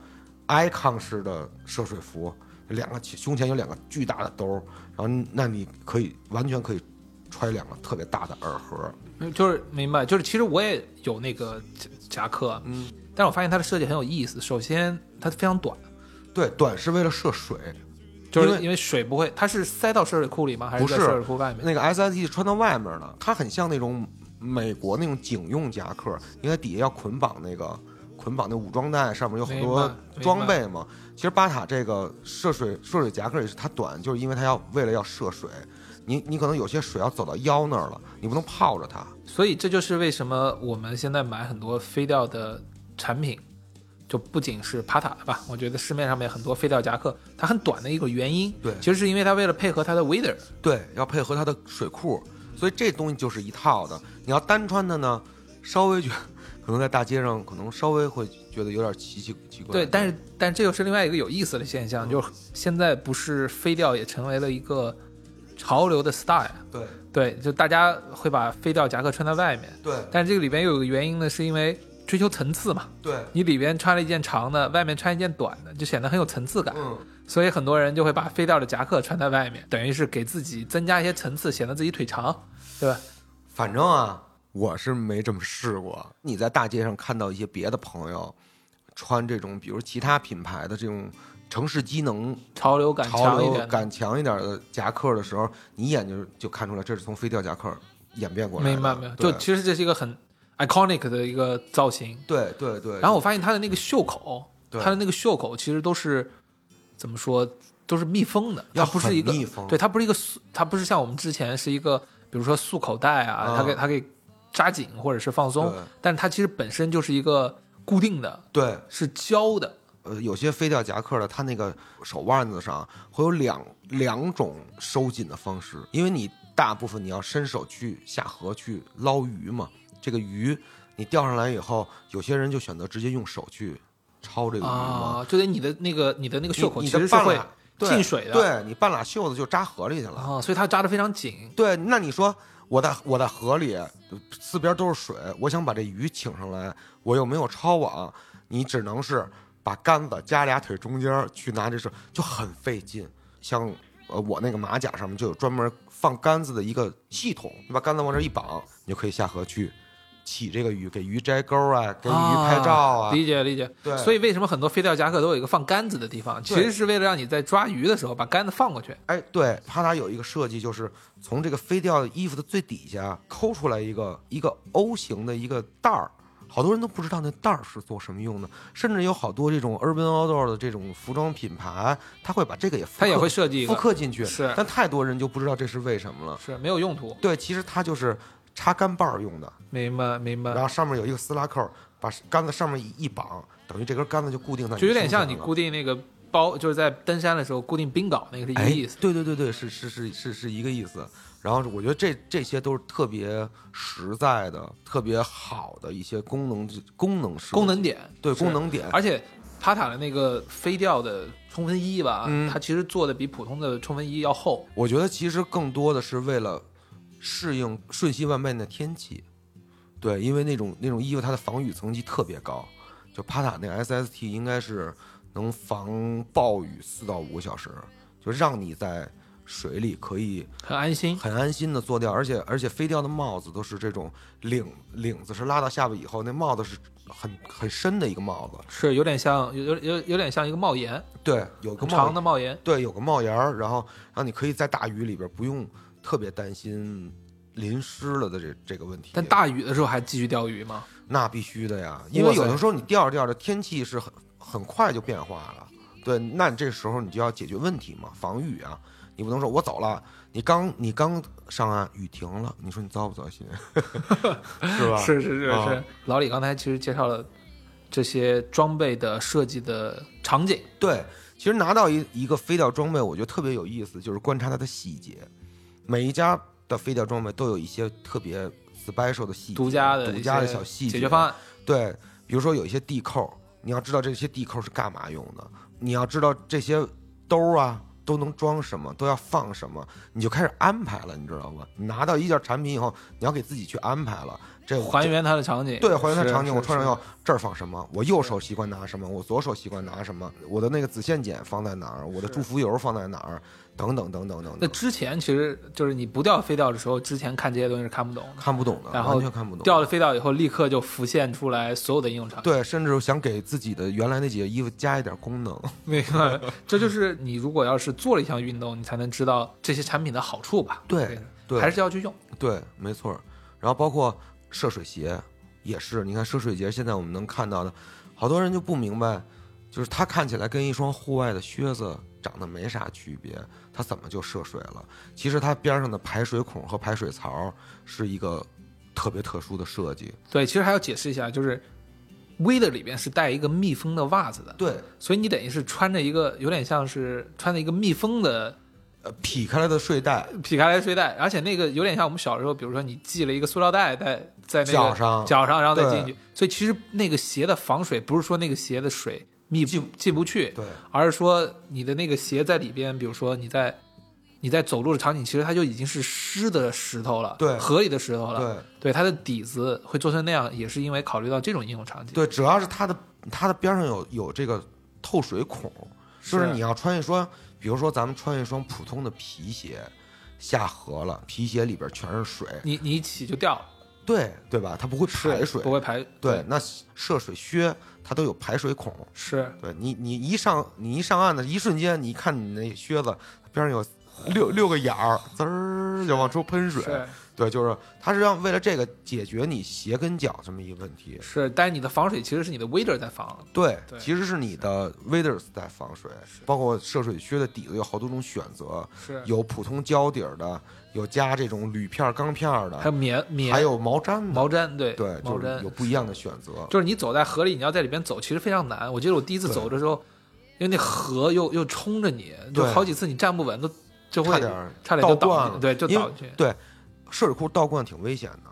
B: icon 式的涉水服，两个胸前有两个巨大的兜儿，然后那你可以完全可以揣两个特别大的耳盒，
A: 嗯就是明白，就是其实我也有那个夹夹克，
B: 嗯，
A: 但是我发现它的设计很有意思。首先，它非常短，
B: 对，短是为了涉水，
A: 就是
B: 因为
A: 水不会，它是塞到涉水库里吗？还
B: 不
A: 在
B: 是
A: 涉水库外面？
B: 那个 S S T 穿到外面呢，它很像那种美国那种警用夹克，因为底下要捆绑那个捆绑那武装带，上面有很
A: 明
B: 多
A: 白明白
B: 装备嘛。其实巴塔这个涉水涉水夹克也是它短，就是因为它要为了要涉水，你你可能有些水要走到腰那儿了，你不能泡着它。
A: 所以这就是为什么我们现在买很多飞钓的产品，就不仅是帕塔的吧，我觉得市面上面很多飞钓夹克，它很短的一个原因，
B: 对
A: 其实是因为它为了配合它的 weather，
B: 对，要配合它的水裤，所以这东西就是一套的。你要单穿的呢，稍微觉得可能在大街上可能稍微会觉得有点奇奇奇怪。
A: 对，但是但这又是另外一个有意思的现象，就是现在不是飞钓也成为了一个潮流的 style，
B: 对
A: 对，就大家会把飞钓夹克穿在外面，
B: 对
A: 但这个里边又有个原因呢，是因为追求层次嘛，
B: 对，
A: 你里边穿了一件长的，外面穿一件短的，就显得很有层次感。
B: 嗯。
A: 所以很多人就会把飞掉的夹克穿在外面，等于是给自己增加一些层次，显得自己腿长，对吧？
B: 反正啊，我是没这么试过。你在大街上看到一些别的朋友穿这种，比如其他品牌的这种城市机能
A: 潮流感
B: 潮
A: 强一
B: 流
A: 点，
B: 感强一点的夹克的时候，你一眼就就看出来这是从飞钓夹克演变过来的。
A: 明白没有？
B: 对
A: 就其实这是一个很 iconic 的一个造型。
B: 对对对。
A: 然后我发现它的那个袖口，
B: 对
A: 它的那个袖口其实都是怎么说，都是密封的，它
B: 要
A: 不是一个
B: 很密封
A: 对，它不是一个塑，它不是像我们之前是一个，比如说束口袋啊，
B: 嗯
A: 它给它给扎紧或者是放松
B: 对，
A: 但是它其实本身就是一个固定的，
B: 对，
A: 是胶的。
B: 呃，有些飞钓夹克的，它那个手腕子上会有两两种收紧的方式，因为你大部分你要伸手去下河去捞鱼嘛，这个鱼你钓上来以后，有些人就选择直接用手去抄这个鱼嘛，
A: 啊，就得你的那个你的那个
B: 你
A: 袖口
B: 你
A: 其
B: 的
A: 实是
B: 半
A: 会
B: 拉对
A: 进水的，
B: 对你半拉袖子就扎河里去了。
A: 啊，所以它扎得非常紧。
B: 对，那你说我在我在河里，四边都是水，我想把这鱼请上来，我又没有抄网，你只能是把杆子夹俩腿中间儿去拿这事，就很费劲。像呃我那个马甲上面就有专门放杆子的一个系统，你把杆子往这一绑，你就可以下河去起这个鱼，给鱼摘钩啊，给鱼拍照啊。
A: 理解理解。
B: 对
A: 所以为什么很多飞钓夹克都有一个放杆子的地方，其
B: 对
A: 实是为了让你在抓鱼的时候把杆子放过去。
B: 哎，对，帕塔有一个设计，就是从这个飞钓衣服的最底下抠出来一个一个 O 型的一个袋儿，好多人都不知道那袋儿是做什么用的，甚至有好多这种 Urban Outdoor 的这种服装品牌，它会把这个也复刻
A: 它也
B: <laughs>
A: 会设计一
B: 复
A: 个，
B: 刻进去，
A: 是
B: 但太多人就不知道这是为什么了。
A: 是没有用途。
B: 对，其实它就是插杆把儿用的，
A: 明白明
B: 然
A: 白，
B: 后上面有一个撕拉扣，把杆子上面一绑，等于这根杆子就固定在
A: 就有点
B: 身上
A: 像你
B: 了
A: 固定那个包，就是在登山的时候固定冰镐那个是一个
B: 哎，
A: 意思。
B: 对对对对，是是是是是一个意思。然后我觉得这这些都是特别实在的、特别好的一些功能功能设计
A: 功能点
B: 对
A: 是
B: 功能点，
A: 而且帕塔的那个飞钓的冲锋衣吧，
B: 嗯
A: 它其实做的比普通的冲锋衣要厚。
B: 我觉得其实更多的是为了适应瞬息万变的天气。对，因为那种那种衣服它的防雨层级特别高，就帕塔那 SST 应该是能防暴雨四到五个小时，就让你在水里可以
A: 很安心，
B: 很安心的做掉，而且而且飞钓的帽子都是这种领领子是拉到下巴以后，那帽子是很很深的一个帽子，
A: 是有点像有有有有点像一个帽檐，
B: 对，有个
A: 很
B: 帽
A: 长的帽檐。
B: 对，有个帽檐儿，然后然后你可以在大雨里边不用特别担心淋湿了的这这个问题。
A: 但大雨的时候还继续钓鱼吗？
B: 那必须的呀，因为有的时候你钓着钓着天气是很很快就变化了，对，那你这时候你就要解决问题嘛，防雨啊，你不能说我走了，你刚你刚上岸雨停了，你说你糟不糟心， <laughs> 是吧？
A: 是是是
B: 啊
A: 是。老李刚才其实介绍了这些装备的设计的场景，
B: 对，其实拿到一一个飞钓装备，我觉得特别有意思，就是观察它的细节。每一家的飞钓装备都有一些特别 special 的细节，
A: 独家的
B: 独
A: 一
B: 家的
A: 些
B: 小细节
A: 解决方案。
B: 对，比如说有一些地扣，你要知道这些地扣是干嘛用的，你要知道这些兜啊都能装什么，都要放什么，你就开始安排了，你知道吗？你拿到一件产品以后，你要给自己去安排了，这我
A: 还原它的场景。
B: 对，还原它
A: 是
B: 场景，
A: 是
B: 我穿上
A: 是
B: 以后这儿放什么？我右手习惯拿什么？我左手习惯拿什么？我的那个紫线剪放在哪儿？我的祝福油放在哪儿？等等等等等
A: 那
B: 等，
A: 之前其实就是你不掉飞掉的时候，之前看这些东西是看不懂的，
B: 看不懂的，
A: 然后
B: 完全看不懂。
A: 掉了飞掉以后，立刻就浮现出来所有的应用场景。
B: 对，甚至想给自己的原来那几个衣服加一点功能。
A: 那个，这就是你如果要是做了一项运动，你才能知道这些产品的好处吧？
B: 对对，
A: 还是要去用。
B: 对，没错儿。然后包括涉水鞋也是，你看涉水鞋现在我们能看到的，好多人就不明白，就是它看起来跟一双户外的靴子长得没啥区别，它怎么就涉水了？其实它边上的排水孔和排水槽是一个特别特殊的设计。
A: 对，其实还要解释一下，就是 V 的里边是带一个密封的袜子的，
B: 对，
A: 所以你等于是穿着一个有点像是穿着一个密封的
B: 呃，劈开来的睡袋
A: 劈开来的睡袋，而且那个有点像我们小时候，比如说你系了一个塑料袋在在那个
B: 脚上
A: 脚上，然后再
B: 对
A: 进去。所以其实那个鞋的防水不是说那个鞋的水密进进不去，
B: 对
A: 而是说你的那个鞋在里边，比如说你在你在走路的场景，其实它就已经是湿的石头了，
B: 对
A: 河里的石头了，
B: 对
A: 对，它的底子会做成那样，也是因为考虑到这种应用场景。
B: 对，只要是它的它的边上有有这个透水孔，就是
A: 是
B: 你要穿一双，比如说咱们穿一双普通的皮鞋，下河了，皮鞋里边全是水，
A: 你你一起就掉了，
B: 对对吧？它不会排水
A: 不，会排，
B: 对，那涉水靴它都有排水孔，
A: 是
B: 对你你一上你一上岸的一瞬间，你一看你那靴子边上有 <laughs> 六六个眼儿，滋儿就往出喷水，
A: 是
B: 对，就是它是让为了这个解决你鞋跟脚这么一个问题，
A: 是，但是你的防水其实是你的 wader 在防，
B: 对，
A: 对
B: 其实是你的 waders 在防水，包括涉水靴的底子有好多种选择，
A: 是
B: 有普通胶底儿的，有加这种铝片儿、钢片儿的，
A: 还有棉棉，
B: 还有毛毡的，
A: 毛毡，对
B: 对，
A: 毛
B: 就是
A: 毡
B: 有不一样的选择。
A: 就是你走在河里，你要在里边走，其实非常难。我记得我第一次走的时候，因为那河又又冲着你，就
B: 对
A: 好几次你站不稳都就会
B: 差点儿
A: 差点就
B: 倒灌
A: 倒进去对，
B: 了
A: 就
B: 因为
A: 倒进去。
B: 对，涉水裤倒灌挺危险的，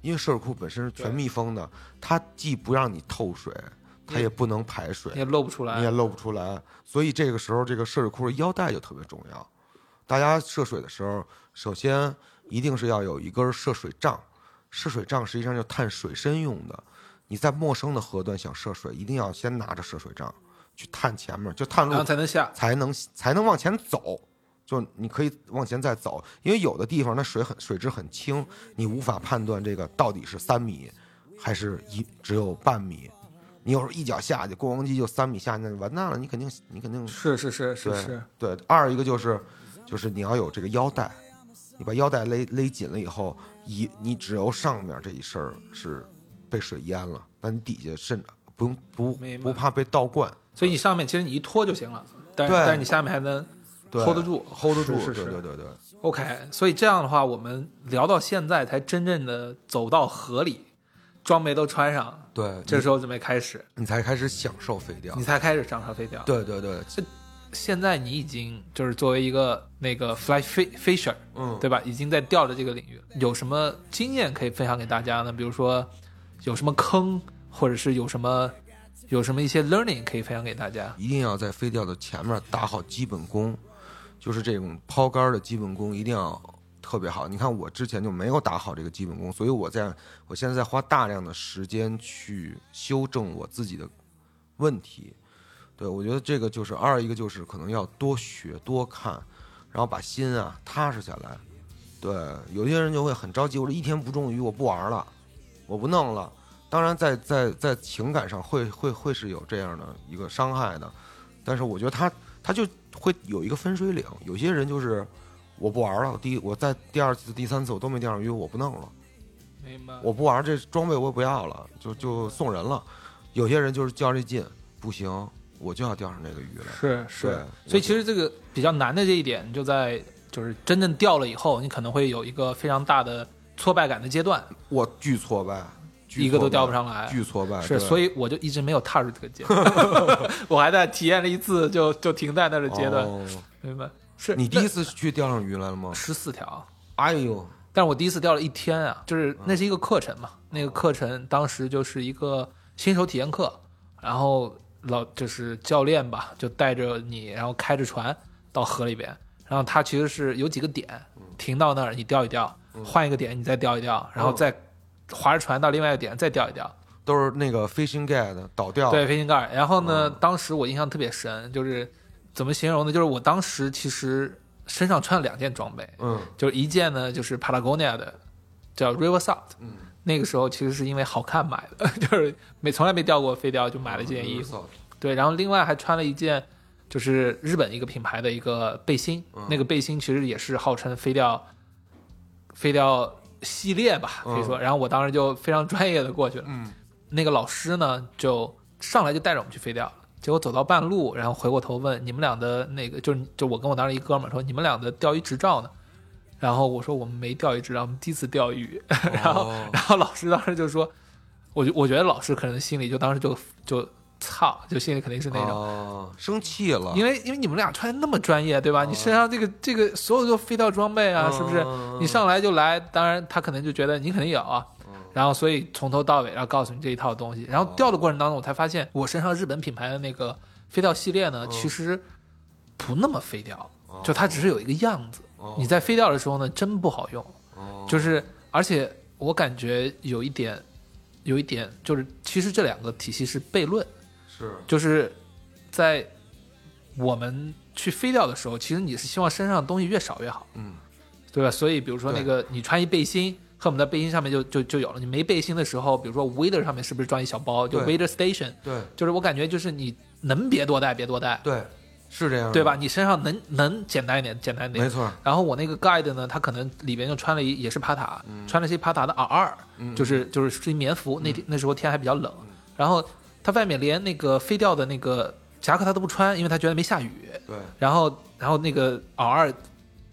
B: 因为涉水裤本身是全
A: 对
B: 密封的，它既不让你透水，它
A: 也
B: 也不能排水
A: 你，也露不出
B: 你
A: 来，
B: 也露不出来。所以这个时候，这个涉水裤的腰带就特别重要。大家涉水的时候，首先一定是要有一根涉水杖。涉水杖实际上就探水深用的。你在陌生的河段想涉水，一定要先拿着涉水杖去探前面，就探
A: 然
B: 路
A: 后才能下。
B: 才能才能往前走。就你可以往前再走，因为有的地方那水很水质很清，你无法判断这个到底是三米还是一只有半米。你有时候一脚下去，过王机就三米下去，那就完蛋了。你肯定你肯定
A: 是是是是
B: 对
A: 是，
B: 对。二一个就是就是你要有这个腰带，你把腰带勒勒紧了以后，一你只有上面这一身儿是被水淹了，那你底下甚至不用不
A: 明白
B: 不怕被倒灌。
A: 所以你上面其实你一拖就行了，但
B: 对
A: 但是你下面还能
B: 对
A: hold 得住
B: ，hold 得
A: 是
B: 住，
A: 是是
B: 对对对对。
A: OK，所以这样的话，我们聊到现在才真正的走到河里，装备都穿上，
B: 对，
A: 这
B: 你
A: 时候准备开始，
B: 你才开始享受飞钓
A: 你。才开始上车飞钓。，
B: 嗯对对对，
A: 现在你已经就是作为一个那个 fly fi- fisher，
B: 嗯，
A: 对吧？已经在钓的这个领域了，有什么经验可以分享给大家呢？比如说有什么坑，或者是有什么有什么一些 learning 可以分享给大家？
B: 一定要在飞钓的前面打好基本功，就是这种抛竿的基本功一定要特别好。你看我之前就没有打好这个基本功，所以我在我现在在花大量的时间去修正我自己的问题。对，我觉得这个就是二一个就是可能要多学多看，然后把心啊踏实下来。对，有些人就会很着急，我这一天不中鱼，我不玩了，我不弄了。当然在，在在情感上会会会是有这样的一个伤害的，但是我觉得他他就会有一个分水岭。有些人就是我不玩了，我第一我在第二次、第三次我都没钓上鱼，我不弄了，
A: 明白
B: 我不玩这装备我也不要了，就就送人了。有些人就是较这劲，不行，我就要钓上这个鱼来。
A: 是是
B: 对，
A: 所以其实这个比较难的这一点，就在就是真正掉了以后，你可能会有一个非常大的挫败感的阶段，
B: 我巨挫败，巨
A: 一个都
B: 挫败
A: 钓不上来
B: 巨挫败。
A: 是，所
B: 以
A: 以我就一直没有踏入这个阶
B: <laughs>
A: 段，我还在体验了一次就就停在那儿的阶段，明白？是
B: 哦你第一次去钓上鱼
A: <laughs>
B: 来了吗？
A: 十四条，
B: 哎呦，
A: 但是我第一次钓了一天啊，就是那是一个课程嘛，那个课程当时就是一个新手体验课，然后老就是教练吧，就带着你，然后开着船到河里边，然后他其实是有几个点停到那儿，你钓一钓，换一个点你再钓一钓，然后再划着船到另外一个点再钓一钓。
B: 都是那个 fishing guide 倒掉，
A: 对，飞行盖儿。然后呢，当时我印象特别深，就是怎么形容呢？就是我当时其实身上穿了两件装备，
B: 嗯，
A: 就是一件呢就是 Patagonia 的，叫 River Salt，嗯，那个时候其实是因为好看买的， <laughs> 就是没从来没钓过飞钓，就买了一件衣服。
B: 服，
A: 对，然后另外还穿了一件就是日本一个品牌的一个背心，那个背心其实也是号称飞钓飞钓系列吧，可以说。然后我当时就非常专业的过去了，
B: 嗯，
A: 那个老师呢就上来就带着我们去飞钓。结果走到半路，然后回过头问你们俩的那个，就是就我跟我当时一哥们儿说，你们俩的钓鱼执照呢？然后我说我们没钓鱼执照，我们第一次钓鱼。嗯 <laughs> 然后
B: 哦
A: 然后老师当时就说，我就我觉得老师可能心里就当时就就操，就心里肯定是那种，
B: 哦，生气了，
A: 因为因为你们俩穿得那么专业，对吧？你身上这个这个所有都飞到装备啊，
B: 嗯
A: 是不是？你上来就来，当然他可能就觉得你肯定有啊。然后，所以从头到尾，然后告诉你这一套东西。然后钓的过程当中，我才发现我身上日本品牌的那个飞钓系列呢，其实不那么飞钓，就它只是有一个样子。你在飞钓的时候呢，真不好用。
B: 哦
A: 就是而且我感觉有一点，有一点就是，其实这两个体系是悖论，
B: 是
A: 就是在我们去飞掉的时候，其实你是希望身上的东西越少越好，
B: 嗯，
A: 对吧？所以比如说那个你穿一背心。恨不得背心上面就就就有了。你没背心的时候，比如说 waiter 上面是不是装一小包？就
B: 对
A: waiter station，
B: 对
A: 就是我感觉就是你能别多带别多带，
B: 对，是这样的，
A: 对吧？你身上能能简单一点简单一点
B: 嗯没，错，
A: 然后我那个 guide 呢，他可能里边就穿了一也是帕塔，
B: 嗯
A: 穿了些帕塔的 R 二、就是就是是一棉服。那天
B: 嗯
A: 那时候天还比较冷，然后他外面连那个飞钓的那个夹克他都不穿，因为他觉得没下雨。 <laughs>
B: 对，
A: 然后然后那个 R 二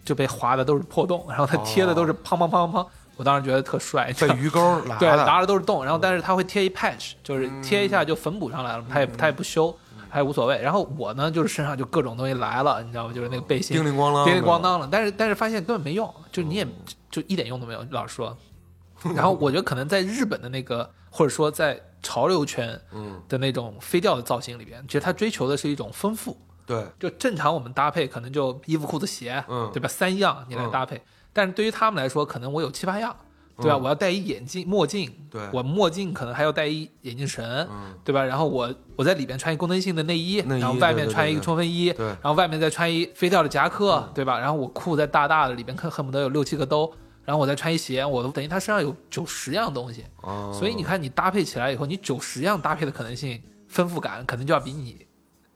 A: 就被划的都是破洞，然后他贴的都是砰砰砰砰砰，我当时觉得特帅。
B: 哦被鱼钩儿拉
A: 对，
B: 了，嗯
A: 拿着都是洞，然后但是它会贴一 patch，就是贴一下就缝补上来了，它也
B: 嗯
A: 它也不修，还无所谓。然后我呢，就是身上就各种东西来了，你知道吗？就是那个背心，
B: 哦叮铃哦咣啷的
A: 叮铃咣当了。但是但是发现根本没用，就你也就一点用都没有，老实
B: <laughs>
A: 说。然后我觉得可能在日本的那个，或者说在潮流圈
B: 嗯
A: 的那种飞调的造型里边，其实它追求的是一种丰富。
B: 对，
A: 就正常我们搭配可能就衣服、裤子、鞋，
B: 嗯
A: 对吧？三样你来搭配，但是对于他们来说，可能我有七八样，对吧？我要戴一眼镜、墨镜，
B: 嗯对
A: 我墨镜可能还要戴一眼镜绳，
B: 嗯
A: 对吧？然后我我在里边穿一功能性的内衣，
B: 内衣
A: 然后外
B: 对
A: 面
B: 对
A: 穿一
B: 对
A: 个
B: 对
A: 冲锋衣，
B: 对嗯
A: 然后外面再穿一飞掉的夹克，对吧？然后我裤再大大的，里边恨恨不得有六七个兜。然后我再穿一鞋，我等于他身上有九十样东西，
B: 哦，
A: 所以你看你搭配起来以后，你九十样搭配的可能性、丰富感，可能就要比你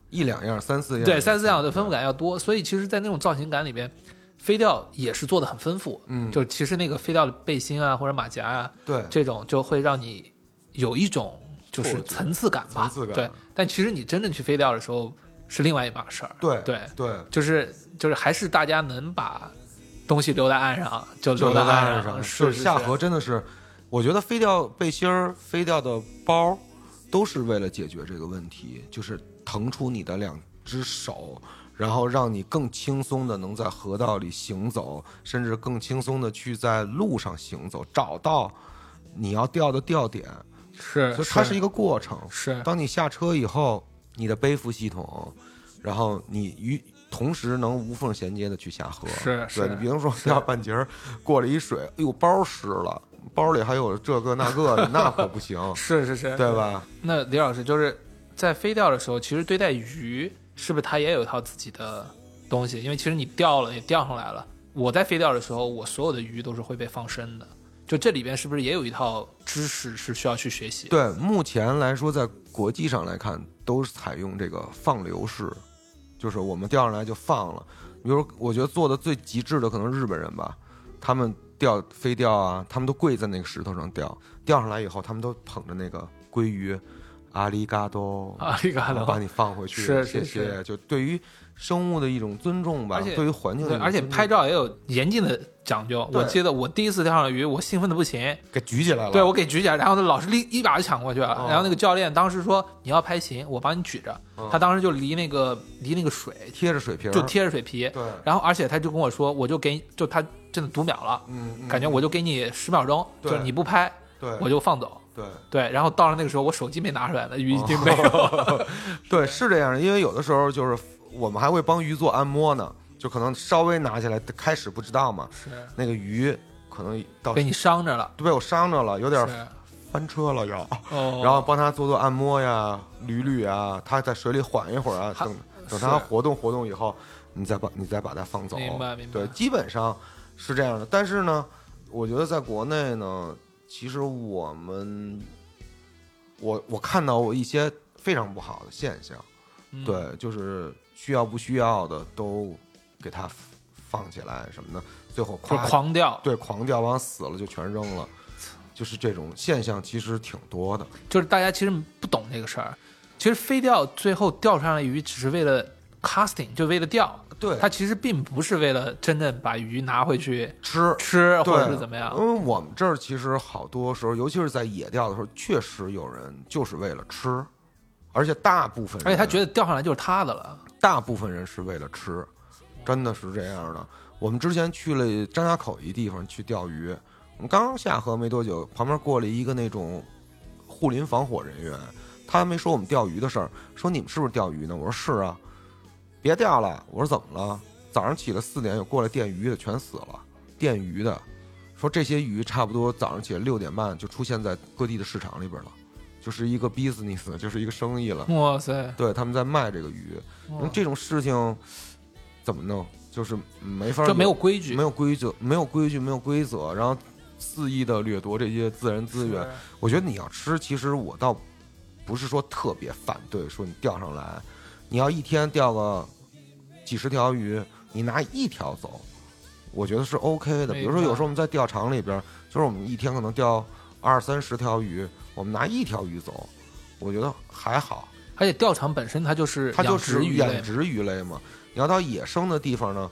B: 一两样，三四样，
A: 对，三四样的丰富感要多，所以其实，在那种造型感里边，飞钓也是做的很丰富。
B: 嗯
A: 就其实那个飞钓的背心啊，或者马甲啊，
B: 对
A: 这种就会让你有一种就是层次感吧。
B: 层次感
A: 对，但其实你真正去飞钓的时候是另外一码事儿。
B: 对
A: 对，
B: 对，
A: 就是就是还是大家能把东西留在岸上，就
B: 就
A: 留
B: 在
A: 在
B: 岸
A: 上，
B: 啊就是是下河。真的是，我觉得飞掉背心儿、飞掉的包儿，都是为了解决这个问题，就是腾出你的两只手，然后让你更轻松的能在河道里行走，甚至更轻松的去在路上行走，找到你要钓的钓点，
A: 是，
B: 所以它是一个过程。
A: <laughs> 是
B: 当你下车以后，你的背负系统，然后你与同时能无缝衔接的去下河。
A: 是
B: 对
A: 是
B: 你比如说掉半截儿，过了一水，哎呦，包湿了，包里还有这个那
A: <laughs>
B: 个的，那可不行，
A: 是是是，
B: 对吧？
A: 那李老师就是在飞钓的时候，其实对待鱼是不是他也有一套自己的东西？因为其实你钓了也钓上来了。我在飞钓的时候，我所有的鱼都是会被放生的。就这里边是不是也有一套知识是需要去学习？，
B: 对，目前来说，在国际上来看，都是采用这个放流式，就是我们钓上来就放了。比如，我觉得做的最极致的可能是日本人吧，他们钓飞钓啊，他们都跪在那个石头上钓，钓上来以后，他们都捧着那个鲑鱼，阿里嘎多
A: 啊，这个还
B: 然后
A: 能
B: 把你放回去，
A: 是
B: 谢
A: 是
B: 谢。就对于生物的一种尊重吧，
A: 而且
B: 对于环境的
A: 对，
B: 一种尊重，
A: 而且拍照也有严谨的讲究。
B: 对
A: 我记得我第一次钓上鱼，我兴奋的不行，
B: 给举起来了，
A: 对我给举起来，然后那老师立一把就抢过去了。
B: 哦
A: 然后那个教练当时说你要拍行，我帮你举着。他当时就离那个离那个水
B: 嗯贴着水哦瓶儿，
A: 就贴着水皮，
B: 对，
A: 然后而且他就跟我说，我就给你，就他真的读秒了，
B: 嗯，嗯
A: 感觉我就给你十秒钟，
B: 对
A: 就是你不拍，
B: 对，
A: 我就放走。
B: 对。
A: 对，然后到了那个时候，我手机没拿出来了，鱼已经没有
B: 哦
A: <laughs> 了。
B: 对，是这样的，因为有的时候就是我们还会帮鱼做按摩呢，就可能稍微拿起来，开始不知道嘛，
A: 是
B: 那个鱼可可能到
A: 被你伤着了，
B: 就被我伤着了，有点
A: 是
B: 翻车了要。
A: 哦，
B: 然后帮他做做按摩呀、捋捋呀，他在水里缓一会儿啊，
A: 他
B: 等等
A: 是
B: 他活动活动以后，你再把你再把它放走。
A: 明白明白
B: 对，基本上是这样的。但是呢，我觉得在国内呢，其实我们，我我看到过一些非常不好的现象，
A: 嗯
B: 对，就是需要不需要的都给他放起来什么的，最后
A: 就
B: 夸
A: 狂掉，
B: 对狂掉，完了死了就全扔了。就是这种现象其实挺多的，
A: 就是大家其实不懂这个事儿。其实飞钓最后钓上来鱼，只是为了 casting，就为了钓。
B: 对
A: 它其实并不是为了真正把鱼拿回去
B: 吃
A: 吃，
B: 对，嗯
A: 或者是怎么样。
B: 因为我们这儿其实好多时候，尤其是在野钓的时候，确实有人就是为了吃，而且大部分人，
A: 而且他觉得钓上来就是他的了。
B: 大部分人是为了吃，真的是这样的。我们之前去了张家口一地方去钓鱼，我们刚下河没多久，旁边过了一个那种护林防火人员，他没说我们钓鱼的事儿，说你们是不是钓鱼呢？我说是啊，别钓了。我说怎么了？早上起来四点有过来电鱼的全死了，电鱼的，说这些鱼差不多早上起来六点半就出现在各地的市场里边了，就是一个 business，就是一个生意了。
A: 哇塞，
B: 对，他们在卖这个鱼，
A: 哇
B: 嗯，这种事情怎么弄？就是没法
A: 就没有规矩，
B: 没有规矩，没有规矩，没有规则，然后肆意的掠夺这些自然资源。
A: 是
B: 我觉得你要吃，其实我倒不是说特别反对，说你钓上来，你要一天钓个几十条鱼，你拿一条走，我觉得是 OK 的。比如说
A: 明白
B: 有时候我们在钓场里边，就是我们一天可能钓二三十条鱼，我们拿一条鱼走，我觉得还好。
A: 而且钓场本身它就是
B: 它就
A: 养
B: 是
A: 殖鱼
B: 养
A: 类，
B: 殖鱼类嘛。你要到野生的地方呢，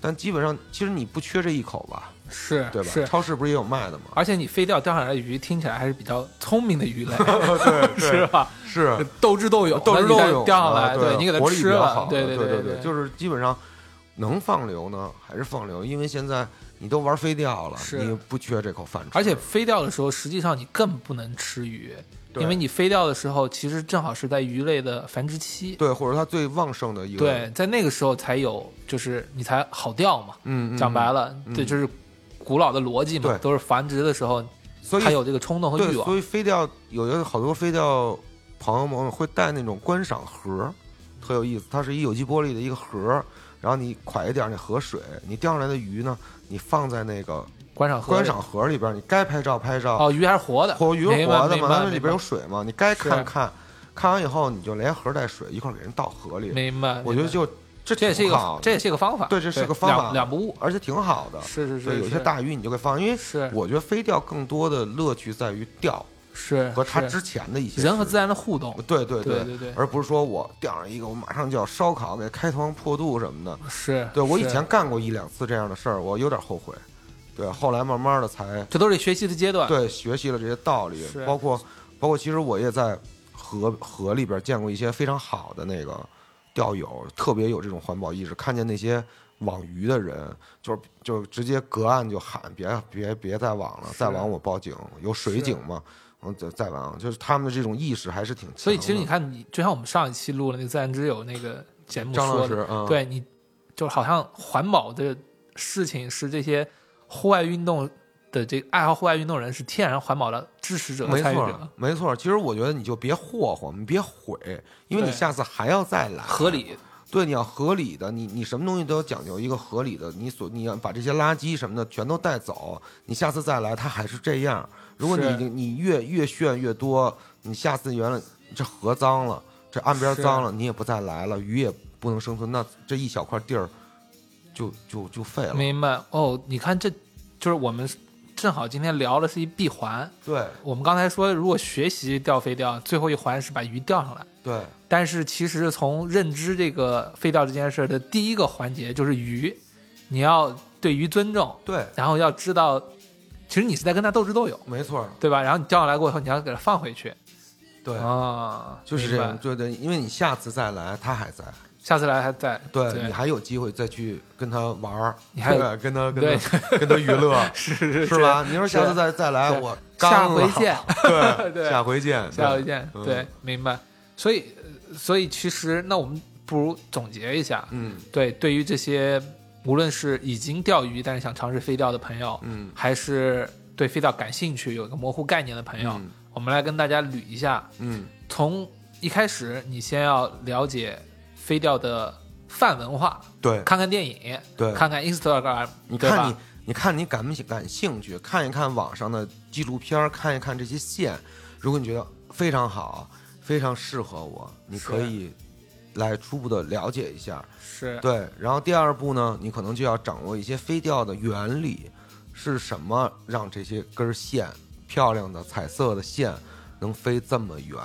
B: 但基本上其实你不缺这一口吧，
A: 是
B: 对吧？
A: 是。
B: 超市不是也有卖的吗？
A: 而且你飞钓钓上来的鱼，听起来还是比较聪明的鱼类，<laughs>
B: <laughs> 对
A: 是吧？
B: 是
A: 斗智斗勇，
B: 斗智
A: 那你
B: 斗
A: 再
B: 勇
A: 钓上来，
B: 啊
A: 对
B: 对
A: 你给它
B: 活力比
A: 吃
B: 较
A: 了
B: 好，啊
A: 对
B: 对
A: 对
B: 对，
A: 是
B: 就是基本上能放流呢还是放流，因为现在你都玩飞钓了，
A: 是
B: 你不缺这口饭吃，
A: 而且飞钓的时候，实际上你更不能吃鱼，
B: 对
A: 因为你飞钓的时候，其实正好是在鱼类的繁殖期，
B: 对，或者它最旺盛的一个，
A: 对，在那个时候才有，就是你才好钓嘛。
B: 嗯，嗯
A: 讲白，了，对，就是古老的逻辑嘛，
B: 对
A: 都是繁殖的时候，
B: 所以
A: 它有这个冲动和
B: 对，
A: 欲望
B: 所。以飞钓有的好多飞钓朋友们会带那种观赏盒，特有意思。它是一有机玻璃的一个盒，然后你蒯一点那河水，你钓上来的鱼呢，你放在那个
A: 观赏河
B: 观赏盒里边，你该拍照拍照，
A: 哦，鱼还是活的，
B: 啊活鱼
A: 明白
B: 活的
A: 明
B: 嘛，
A: 白
B: 它里边有
A: 明
B: 水嘛，你该
A: 是
B: 看看，看完以后你就连盒带水一块给人倒河
A: 白
B: 里。
A: 明白。
B: 我觉
A: 明
B: 得
A: 白
B: 就这
A: 这也是一
B: 挺好
A: 个
B: 的，
A: 这也是一个方法，
B: 对这是个方法
A: 两两不误，
B: 而且挺好的。
A: 是是
B: 对，
A: 是，
B: 有些
A: 是
B: 大鱼你就给放，因为
A: 是
B: 我觉得飞钓更多的乐趣在于钓
A: 是
B: 和它
A: 是
B: 之前的一些
A: 人和
B: 事
A: 自然的互动，
B: 对对
A: 对对对
B: 而不是说我钓上一个，我马上就要烧烤，给开膛破肚什么的。
A: 是
B: 对我以
A: 是
B: 前干过一两次这样的事儿，我有点后悔。对，后来慢慢的才
A: 这都是学习的阶段，
B: 对学习了这些道理
A: 是，
B: 包括包括其实我也在河河里边见过一些非常好的那个钓友，特别有这种环保意识。看见那些网鱼的人，就是就直接隔岸就喊，别别别再网了，再网我报警，有水
A: 是
B: 警嘛。嗯，再再网，就是他们的这种意识还是挺强的。
A: 所以其实你看，你就像我们上一期录了那个自然之友那个节目
B: 张
A: 说
B: 老
A: 的，
B: 师，嗯，
A: 对你就好像环保的事情是这些户外运动的这个爱好户外运动人是天然环保的支持者和
B: 没
A: 参与
B: 错
A: 者，，
B: 没错。其实我觉得你就别霍霍，你别毁，因为
A: 对
B: 你下次还要再来。
A: 合，理
B: 对，你要合理的，你你什么东西都要讲究一个合理的，你所你要把这些垃圾什么的全都带走，你下次再来它还是这样。如果你
A: 是
B: 你你越越炫越多，你下次原来这河脏了，这岸边
A: 是
B: 脏了，你也不再来了，鱼也不能生存，那这一小块地儿就就就废了。
A: 明白哦。你看这，就是我们正好今天聊的是一闭环。
B: 对
A: 我们刚才说，如果学习钓飞钓，最后一环是把鱼钓上来。
B: 对
A: 但是其实从认知这个飞钓这件事儿的第一个环节就是鱼，你要对鱼尊重，
B: 对，
A: 然后要知道，其实你是在跟它斗智斗勇，
B: 没错，
A: 对吧？然后你钓上来过以后，你要给它放回去
B: 对，
A: 啊，
B: 就是这样。
A: 明白。
B: 对对，因为你下次再来，它还在。
A: 下次来还在，
B: 对
A: 对
B: 你还有机会再去跟他玩儿，
A: 你还有
B: 对跟他
A: 对 <laughs>
B: 跟他跟他娱乐，
A: <laughs> 是是
B: 是吧？？你说下
A: 是
B: 次再再来，
A: 是
B: 我
A: 下
B: 刚了
A: 回见，
B: <laughs>
A: <laughs>
B: 对
A: 对
B: 下回见，
A: 下回见。
B: 嗯
A: 对，明白。所以，呃所以其实那我们不如总结一下，
B: 嗯，
A: 对，对于这些无论是已经钓鱼但是想尝试飞钓的朋友，嗯，还是对飞钓感兴趣有一个模糊概念的朋友，我们来跟大家捋一下，
B: 嗯，
A: 从一开始你先要了解飞钓的泛文化，
B: 对
A: 看看电影，
B: 对
A: 看看 Instagram，
B: 你
A: 对吧
B: 看你，你看你感不感兴趣？看一看网上的纪录片儿，看一看这些线。如果你觉得非常好，非常适合我，你可
A: 是
B: 以来初步的了解一下。
A: <laughs> 是
B: 对，然后第二步呢，你可能就要掌握一些飞钓的原理，是什么让这些根儿线漂亮的彩色的线能飞这么远？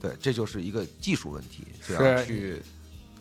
B: 对，这就是一个技术问题，是要
A: 是
B: 去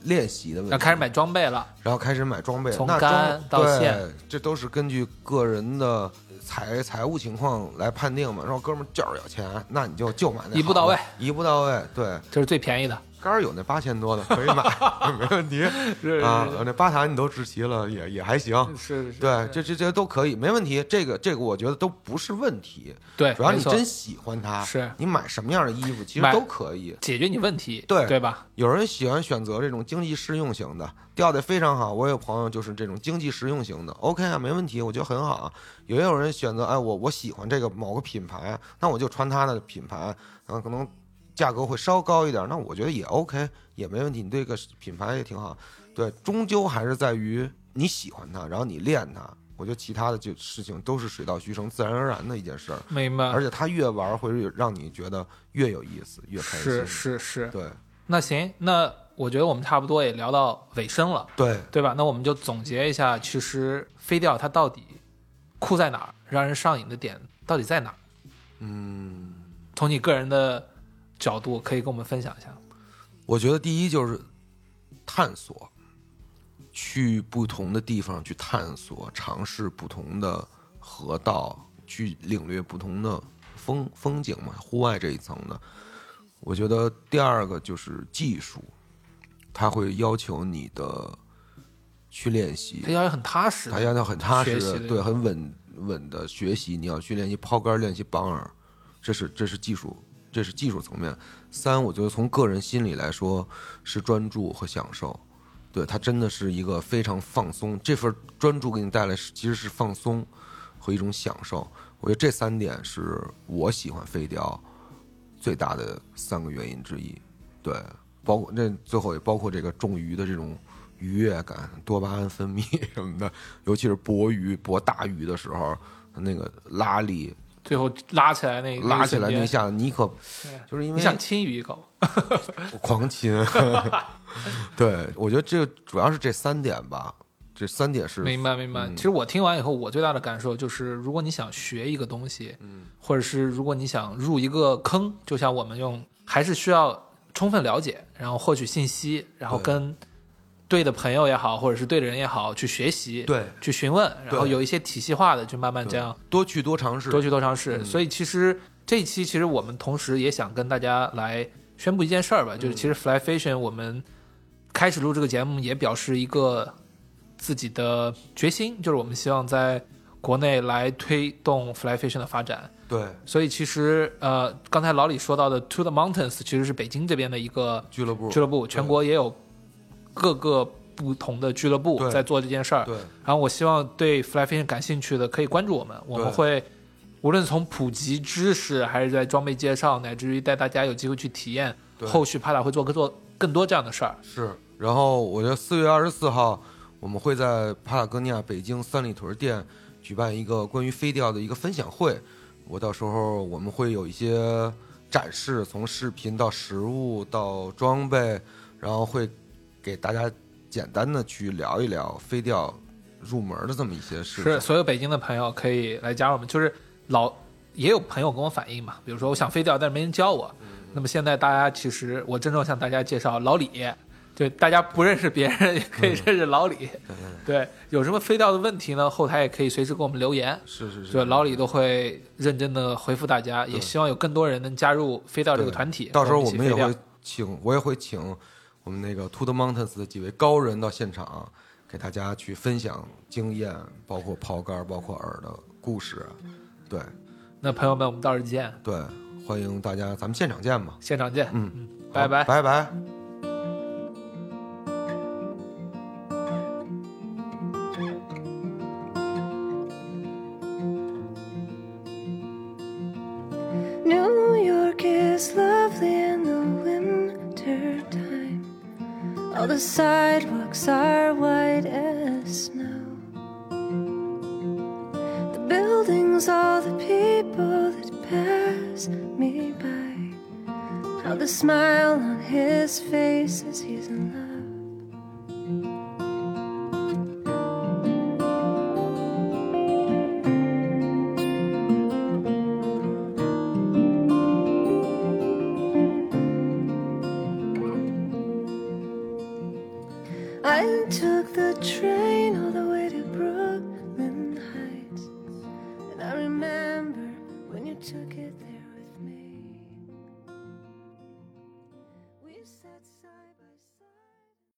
B: 练习的问题。
A: 要开始买装备了，
B: 然后开始买装备，
A: 从
B: 那
A: 杆
B: 装
A: 到
B: 对
A: 线，
B: 这都是根据个人的财财务情况来判定嘛。然后哥们儿就是有钱，那你就就买那
A: 一步到
B: 好的
A: 位，
B: 一步到位。对，
A: 这是最便宜的，
B: 杆儿有那八千多的可以买， <laughs> 没问题
A: 是
B: 啊。那巴塔你都置齐了，也也还行。
A: 是是，
B: 对，这这这都可以，没问题。这个这个我觉得都不是问题，
A: 对，
B: 主要你
A: 没错
B: 真喜欢它，
A: 是
B: 你买什么样的衣服其实
A: 买
B: 都可以。
A: 解决你问题，
B: 对
A: 对吧？
B: 有人喜欢选择这种经济适用型的，钓得非常好。我有朋友就是这种经济实用型的，OK 啊，没问题，我觉得很好啊。也有人选择，哎，我我喜欢这个某个品牌啊，那我就穿它的品牌，嗯，可能价格会稍高一点，那我觉得也 OK，也没问题。你对这个品牌也挺好，对，终究还是在于你喜欢它，然后你练它。我觉得其他的就事情都是水到渠成、自然而然的一件事儿，
A: 明白
B: 而。且它越玩儿会越让你觉得越有意思，越开心。
A: 是是是，
B: 对
A: 那行，那我觉得我们差不多也聊到尾声了，
B: 对，
A: 对吧？那我们就总结一下，其实飞钓它到底酷在哪儿，让人上瘾的点到底在哪儿？
B: 嗯。
A: 从你个人的角度，可以跟我们分享一下。
B: 我觉得第一就是探索，去不同的地方去探索，尝试不同的河道，去领略不同的风风景嘛，户外这一层的。我觉得第二个就是技术，它会要求你的去练习
A: 它，要有很踏实
B: 他，要求很踏实
A: 学习
B: 的，
A: 的
B: 对，很稳稳的学习。你要去练习抛杆，练习绑饵，这是这是技术，这是技术层面。三，我觉得从个人心理来说是专注和享受，对他真的是一个非常放松。这份专注给你带来是其实是放松和一种享受。我觉得这三点是我喜欢飞雕最大的三个原因之一。对，包括这最后也包括这个种鱼的这种愉悦感、多巴胺分泌什么的，尤其是搏鱼、搏大鱼的时候，那个拉力
A: 最后拉起来那
B: 拉起来那
A: 一
B: 一
A: 瞬
B: 下，你可
A: 间，
B: 就是因
A: 对
B: 为
A: 你想亲鱼一口，<laughs>
B: 狂亲。 <laughs> 对，我觉得这主要是这三点吧，这三点是嗯
A: 明白明白。其实我听完以后，我最大的感受就是，如果你想学一个东西，嗯，或者是如果你想入一个坑，就像我们用，还是需要充分了解，然后获取信息，然后
B: 对
A: 跟对的朋友也好，或者是对的人也好去学习，
B: 对
A: 去询问，然后
B: 对
A: 有一些体系化的去慢慢这样
B: 多去多尝试。
A: 多去多尝
B: 嗯
A: 试。所以其实这一期其实我们同时也想跟大家来宣布一件事儿吧，
B: 嗯
A: 就是其实 Fly Fishing 我们开始录这个节目也表示一个自己的决心，就是我们希望在国内来推动 Fly Fishing 的发展。
B: 对，
A: 所以其实呃，刚才老李说到的 To the Mountains 其实是北京这边的一个
B: 俱乐部，
A: 俱乐部，全国也有各个不同的俱乐部
B: 对
A: 在做这件事儿。
B: 对
A: 然后我希望对 fly fishing 感兴趣的可以关注我们，我们会无论从普及知识，还是在装备介绍，乃至于带大家有机会去体验，
B: 对
A: 后续帕塔会做更做更多这样的事儿。
B: 是。然后我觉得四月二十四号，我们会在帕塔哥尼亚北京三里屯店举办一个关于飞钓的一个分享会。我到时候我们会有一些展示，从视频到实物到装备，然后会给大家简单的去聊一聊飞钓入门的这么一些事情。
A: 是所有北京的朋友可以来加入我们，就是老也有朋友跟我反映嘛，比如说我想飞钓，但是没人教我。那么现在大家其实我郑重向大家介绍老李，对大家不认识别人也可以认识老李。对，有什么飞钓的问题呢？后台也可以随时给我们留言。
B: 是是是，
A: 对，老李都会认真的回复大家，也希望有更多人能加入飞钓这个
B: 对
A: 团体。
B: 到时候我
A: 们
B: 们
A: 一起
B: 也
A: 飞钓
B: 会请，我也会请我们那个 To the Mountains 的几位高人到现场，给大家去分享经验，包括抛竿，包括饵的故事。对
A: 那朋友们，我们到时候见，
B: 对，欢迎大家，咱们现场见吧。
A: 现场见，
B: 嗯
A: 嗯，
B: 好
A: 拜拜。
B: 拜拜。
D: New York is lovely in the winter time. All the sidewalks are white as snow. The buildings, all the people that pass me by. How the smile on his face as he's in love. I took the train all the way to Brooklyn Heights. And I remember when you took it.